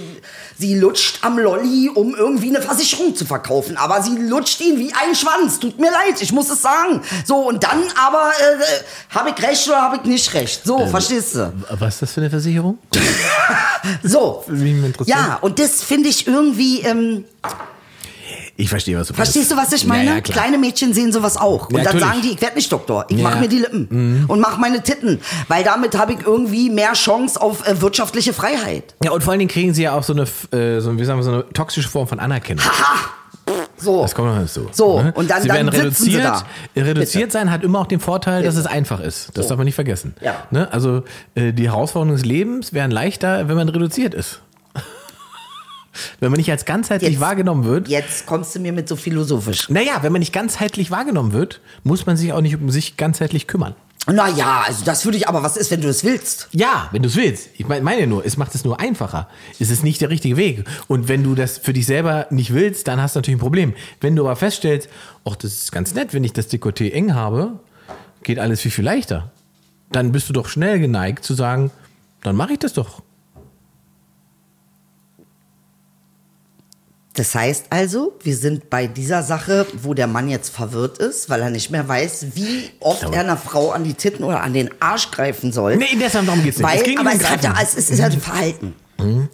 S4: sie lutscht am Lolli, um irgendwie eine Versicherung zu verkaufen, aber sie lutscht ihn wie ein Schwanz, tut mir leid, ich muss es sagen. So, und dann aber, äh, äh, habe ich recht oder habe ich nicht recht? So, verstehst du?
S3: Was ist das für eine Versicherung?
S4: So.
S3: Wie interessant.
S4: Ja, und das finde ich irgendwie, ähm,
S3: Ich verstehe, was du
S4: verstehst du, was ich
S3: Ja,
S4: meine?
S3: Ja, klar.
S4: Kleine Mädchen sehen sowas auch. Und
S3: Ja,
S4: dann
S3: natürlich.
S4: sagen die, ich werde nicht Doktor,
S3: Ja.
S4: ich
S3: Mhm.
S4: mache mir die Lippen und mache meine Titten, weil damit habe ich irgendwie mehr Chance auf äh, wirtschaftliche Freiheit.
S3: Ja, und vor allen Dingen kriegen sie ja auch so eine, äh, so, wie sagen wir, so eine toxische Form von Anerkennung.
S4: So.
S3: Das kommt noch hinzu.
S4: Oh. So, und dann-
S3: sie
S4: dann
S3: werden
S4: sitzen sie
S3: reduziert.
S4: da.
S3: Reduziert
S4: Bitte.
S3: sein hat immer auch den Vorteil, dass es einfach ist. Das darf man nicht vergessen.
S4: Ja.
S3: Ne? Also äh, die Herausforderungen des Lebens wären leichter, wenn man reduziert ist. wenn man nicht als ganzheitlich
S4: Jetzt-
S3: wahrgenommen wird.
S4: Jetzt kommst du mir mit so philosophisch.
S3: Naja, wenn man nicht ganzheitlich wahrgenommen wird, muss man sich auch nicht um sich ganzheitlich kümmern.
S4: Naja, also das würde ich, aber was ist, wenn du das willst?
S3: Ja, wenn du es willst. Ich mein- meine nur, es macht es nur einfacher. Es ist nicht der richtige Weg. Und wenn du das für dich selber nicht willst, dann hast du natürlich ein Problem. Wenn du aber feststellst, ach, das ist ganz nett, wenn ich das Dekolleté eng habe, geht alles viel, viel leichter. Dann bist du doch schnell geneigt zu sagen, dann mache ich das doch.
S4: Das heißt also, wir sind bei dieser Sache, wo der Mann jetzt verwirrt ist, weil er nicht mehr weiß, wie oft
S3: glaube-
S4: er einer Frau an die Titten oder an den Arsch greifen soll.
S3: Nee, deshalb darum geht's nicht.
S4: Weil,
S3: Es ging um
S4: aber
S3: den
S4: es, hat ja,
S3: Greifen. Mhm.
S4: es ist ja ein Verhalten.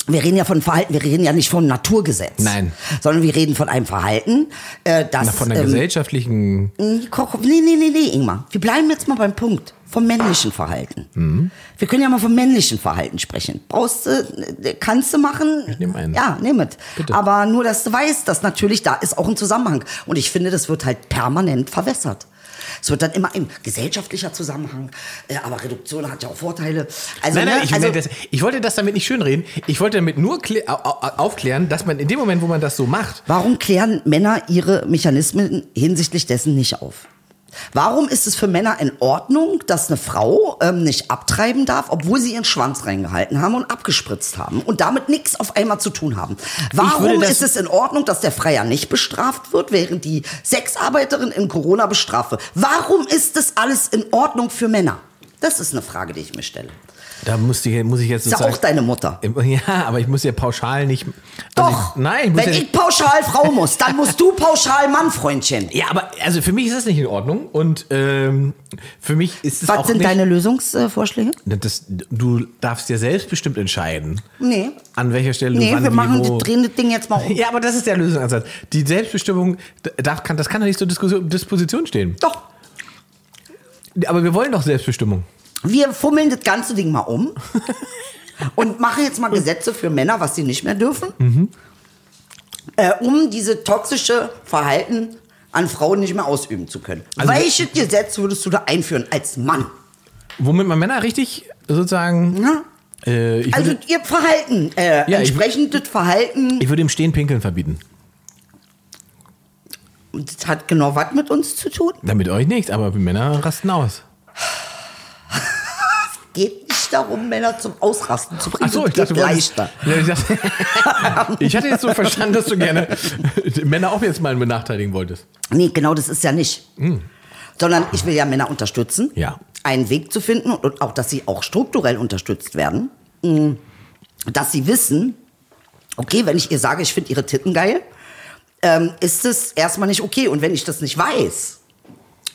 S4: Wir reden ja von Verhalten, wir reden ja nicht vom Naturgesetz.
S3: Nein.
S4: Sondern wir reden von einem Verhalten, äh, das...
S3: Na, von der
S4: ähm,
S3: gesellschaftlichen.
S4: Nee, nee, nee, nee, Ingmar. Wir bleiben jetzt mal beim Punkt. Vom männlichen Verhalten.
S3: Mhm.
S4: Wir können ja mal vom männlichen Verhalten sprechen. Brauchst du, äh, kannst du machen? Ich
S3: nehm einen.
S4: Ja, nimm es.
S3: Bitte.
S4: Aber nur, dass du weißt, dass natürlich da ist auch ein Zusammenhang. Und ich finde, das wird halt permanent verwässert. Es wird dann immer ein gesellschaftlicher Zusammenhang, äh, aber Reduktion hat ja auch Vorteile. Also,
S3: nein, nein,
S4: ne,
S3: ich,
S4: also
S3: nee, das, ich wollte das damit nicht schönreden. Ich wollte damit nur klä- au- au- aufklären, dass man in dem Moment, wo man das so macht,
S4: Warum klären Männer ihre Mechanismen hinsichtlich dessen nicht auf? Warum ist es für Männer in Ordnung, dass eine Frau ähm, nicht abtreiben darf, obwohl sie ihren Schwanz reingehalten haben und abgespritzt haben und damit nichts auf einmal zu tun haben?
S3: würde
S4: Warum
S3: das-
S4: ist es in Ordnung, dass der Freier nicht bestraft wird, während die Sexarbeiterin in Corona bestraft wird? Warum ist das alles in Ordnung für Männer? Das ist eine Frage, die ich mir stelle.
S3: da muss ich, muss ich jetzt
S4: Ist ja
S3: sozusagen...
S4: auch deine Mutter.
S3: ja, aber ich muss ja pauschal nicht... Also
S4: Doch.
S3: Ich, nein, ich muss
S4: Wenn
S3: ja,
S4: ich pauschal Frau muss, dann musst du pauschal Mann, Freundchen.
S3: Ja, aber also für mich ist das nicht in Ordnung und ähm, für mich ist es auch
S4: Was sind
S3: nicht,
S4: deine Lösungsvorschläge?
S3: Das, du darfst ja selbstbestimmt entscheiden,
S4: Nee.
S3: an welcher Stelle
S4: Nee,
S3: du wann,
S4: wir
S3: wie,
S4: machen,
S3: wo.
S4: wir drehen das Ding jetzt mal um.
S3: Ja, aber das ist der Lösungsansatz. Die Selbstbestimmung, d- darf, kann, das kann doch nicht zur Diskussion, Disposition stehen.
S4: Doch.
S3: Aber wir wollen doch Selbstbestimmung.
S4: Wir fummeln das ganze Ding mal um und Mhm. machen jetzt mal Gesetze für Männer, was sie nicht mehr dürfen, äh, um diese toxische Verhalten an Frauen nicht mehr ausüben zu können.
S3: Also-
S4: Welches Gesetz würdest du da einführen als Mann?
S3: Womit man Männer richtig sozusagen.
S4: Ja.
S3: Äh, ich,
S4: Also
S3: würde,
S4: ihr Verhalten, äh,
S3: Ja, ich-
S4: entsprechend das Verhalten,
S3: ich würde im Stehen Pinkeln verbieten.
S4: das hat genau was mit uns zu tun.
S3: Damit euch nichts, aber Männer rasten aus.
S4: Geht nicht darum, Männer zum Ausrasten zu bringen.
S3: Achso,
S4: Das
S3: ich dachte,
S4: geht
S3: du wolltest-
S4: leichter.
S3: Ja, ich, dachte, ich hatte jetzt so verstanden, dass du gerne Männer auch jetzt mal benachteiligen wolltest.
S4: Nee, genau das ist ja nicht. Sondern ich will ja Männer unterstützen,
S3: Hm. Ja.
S4: einen Weg zu finden und auch, dass sie auch strukturell unterstützt werden. Mhm. Dass sie wissen, okay, wenn ich ihr sage, ich finde ihre Titten geil, ähm, ist es erstmal nicht okay. Und wenn ich das nicht weiß,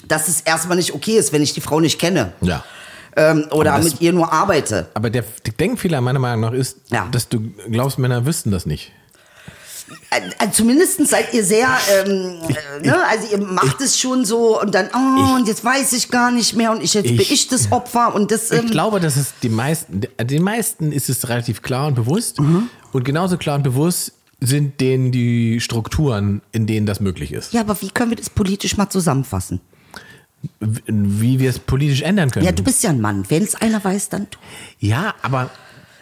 S4: dass es erstmal nicht okay ist, wenn ich die Frau nicht kenne
S3: Ja.
S4: ähm, oder
S3: Aber das-
S4: mit ihr nur arbeite.
S3: Aber der Denkfehler meiner Meinung nach ist,
S4: Ja.
S3: dass du glaubst, Männer wüssten das nicht.
S4: Äh, äh, Zumindest seid ihr sehr, ähm, äh, ne? also ihr macht es schon so und dann, oh,
S3: Ich-
S4: und jetzt weiß ich gar nicht mehr und ich, jetzt bin
S3: Ich-
S4: ich das Opfer und das,
S3: Ich
S4: ähm,
S3: glaube, dass es den meisten, den meisten ist es relativ klar und bewusst. Und genauso klar und bewusst sind denen die Strukturen, in denen das möglich ist.
S4: ja, aber wie können wir das politisch mal zusammenfassen?
S3: W- Wie wir es politisch ändern können.
S4: Ja, du bist ja ein Mann. Wenn es einer weiß, dann du.
S3: ja aber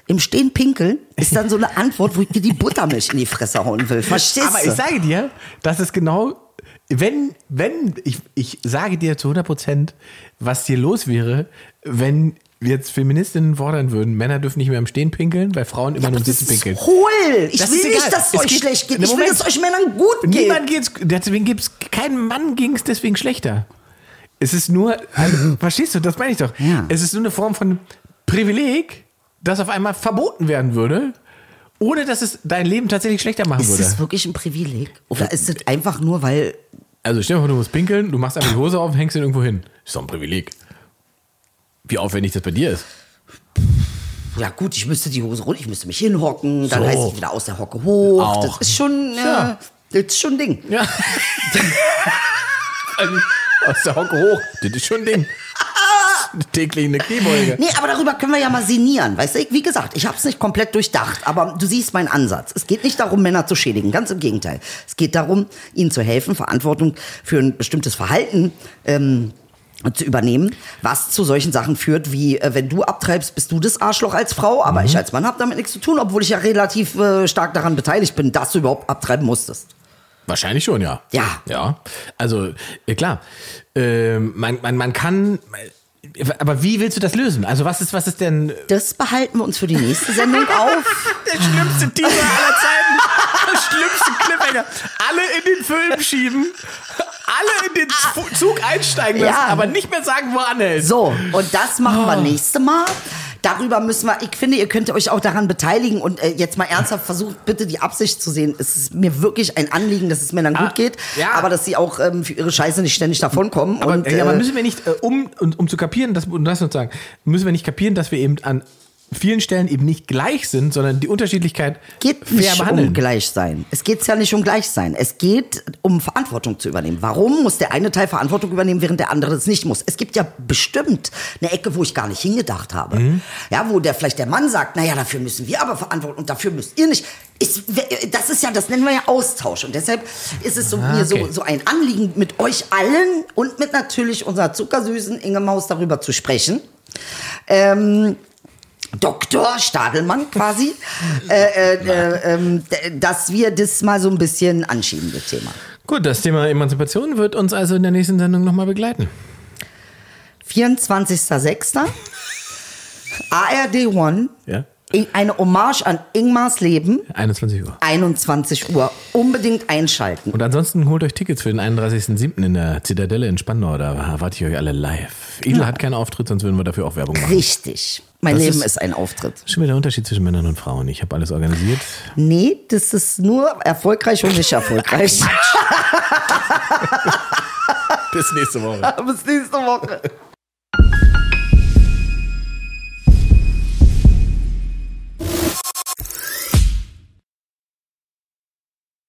S4: Im Stehen pinkeln ist dann so eine Antwort, wo ich dir die Buttermilch in die Fresse hauen will. Verstehst
S3: Aber
S4: du?
S3: ich sage dir, das ist genau, wenn, wenn, ich, ich sage dir zu 100 Prozent, was hier los wäre, wenn jetzt Feministinnen fordern würden, Männer dürfen nicht mehr im Stehen pinkeln, weil Frauen immer nur im
S4: das
S3: Sitzen
S4: ist
S3: pinkeln.
S4: hohl. Ich
S3: Das
S4: will
S3: ist egal.
S4: nicht, dass es
S3: Es
S4: euch
S3: geht-
S4: schlecht geht.
S3: Na,
S4: Ich will,
S3: Moment.
S4: dass es euch Männern gut geht.
S3: Niemand geht's, deswegen gibt's keinen Mann ging's, deswegen schlechter. Es ist nur, also, verstehst du, das meine ich doch.
S4: Ja.
S3: Es ist nur eine Form von Privileg, das auf einmal verboten werden würde, ohne dass es dein Leben tatsächlich schlechter machen
S4: ist
S3: würde.
S4: das wirklich ein Privileg? Oder ist es einfach nur, weil
S3: Also stell dir vor, du musst pinkeln, du machst einfach die Hose auf und hängst ihn irgendwo hin. Ist doch ein Privileg. Wie aufwendig das bei dir ist.
S4: Ja gut, ich müsste die Hose runter, ich müsste mich hinhocken, dann
S3: So.
S4: heißt ich wieder aus der Hocke hoch.
S3: Auch.
S4: Das ist schon, äh,
S3: Ja.
S4: das ist schon ein Ding.
S3: Ja. Aus der Hocke hoch. Das ist schon ein Ding. Täglich eine Kniebeuge.
S4: Nee, aber darüber können wir ja mal sinnieren, weißt du? Ich, wie gesagt, ich habe es nicht komplett durchdacht, aber du siehst meinen Ansatz. Es geht nicht darum, Männer zu schädigen, ganz im Gegenteil. Es geht darum, ihnen zu helfen, Verantwortung für ein bestimmtes Verhalten ähm, zu übernehmen, was zu solchen Sachen führt, wie äh, wenn du abtreibst, bist du das Arschloch als Frau,
S3: Mhm.
S4: aber ich als Mann habe damit nichts zu tun, obwohl ich ja relativ äh, stark daran beteiligt bin, dass du überhaupt abtreiben musstest.
S3: Wahrscheinlich schon, ja.
S4: Ja.
S3: Ja. Also, äh, klar. Ähm, man, man, man kann. Aber wie willst du das lösen? Also, was ist, was ist denn.
S4: Das behalten wir uns für die nächste Sendung auf.
S3: Der schlimmste Teaser aller Zeiten. Der schlimmste Cliffhanger. Alle in den Film schieben. Alle in den Zw- Zug einsteigen lassen,
S4: Ja.
S3: aber nicht mehr sagen, wo anhält.
S4: So, und das machen
S3: Oh.
S4: wir nächste Mal. Darüber müssen wir, ich finde, ihr könnt euch auch daran beteiligen und äh, jetzt mal ernsthaft versucht, bitte die Absicht zu sehen. Es ist mir wirklich ein Anliegen, dass es Männern
S3: Ah,
S4: gut geht,
S3: ja.
S4: aber dass sie auch ähm, für ihre Scheiße nicht ständig davonkommen.
S3: Aber,
S4: und,
S3: ja, aber
S4: äh,
S3: um müssen wir nicht, äh, um, und, um zu kapieren, dass, und das sozusagen, müssen wir nicht kapieren, dass wir eben an vielen Stellen eben nicht gleich sind, sondern die Unterschiedlichkeit
S4: geht nicht um Gleichsein. Es geht ja nicht um Gleichsein. Es geht um Verantwortung zu übernehmen. Warum muss der eine Teil Verantwortung übernehmen, während der andere es nicht muss? Es gibt ja bestimmt eine Ecke, wo ich gar nicht hingedacht habe.
S3: Mhm.
S4: Ja, wo der vielleicht der Mann sagt, naja, dafür müssen wir aber verantworten und dafür müsst ihr nicht. Ist, das ist ja, das nennen wir ja Austausch. Und deshalb ist es so,
S3: Ah,
S4: mir
S3: okay.
S4: so, so ein Anliegen, mit euch allen und mit natürlich unserer zuckersüßen Inge Maus darüber zu sprechen. Ähm, Dr. Stadelmann quasi, äh, äh, äh, ähm, d- dass wir das mal so ein bisschen anschieben, das Thema.
S3: Gut, das Thema Emanzipation wird uns also in der nächsten Sendung nochmal begleiten.
S4: 24.06. ARD One,
S3: Ja.
S4: in- eine Hommage an Ingmars Leben,
S3: 21 Uhr.
S4: 21 Uhr. Unbedingt einschalten.
S3: Und ansonsten holt euch Tickets für den 31.07. in der Zitadelle in Spandau. Da erwarte ich euch alle live. Edel hat keinen Auftritt, sonst würden wir dafür auch Werbung machen.
S4: Richtig. Mein
S3: Das
S4: Leben
S3: ist-
S4: ist ein Auftritt.
S3: Schon wieder der Unterschied zwischen Männern und Frauen. Ich habe alles organisiert.
S4: Nee, das ist nur erfolgreich und nicht erfolgreich.
S3: Bis nächste Woche.
S4: Bis nächste Woche.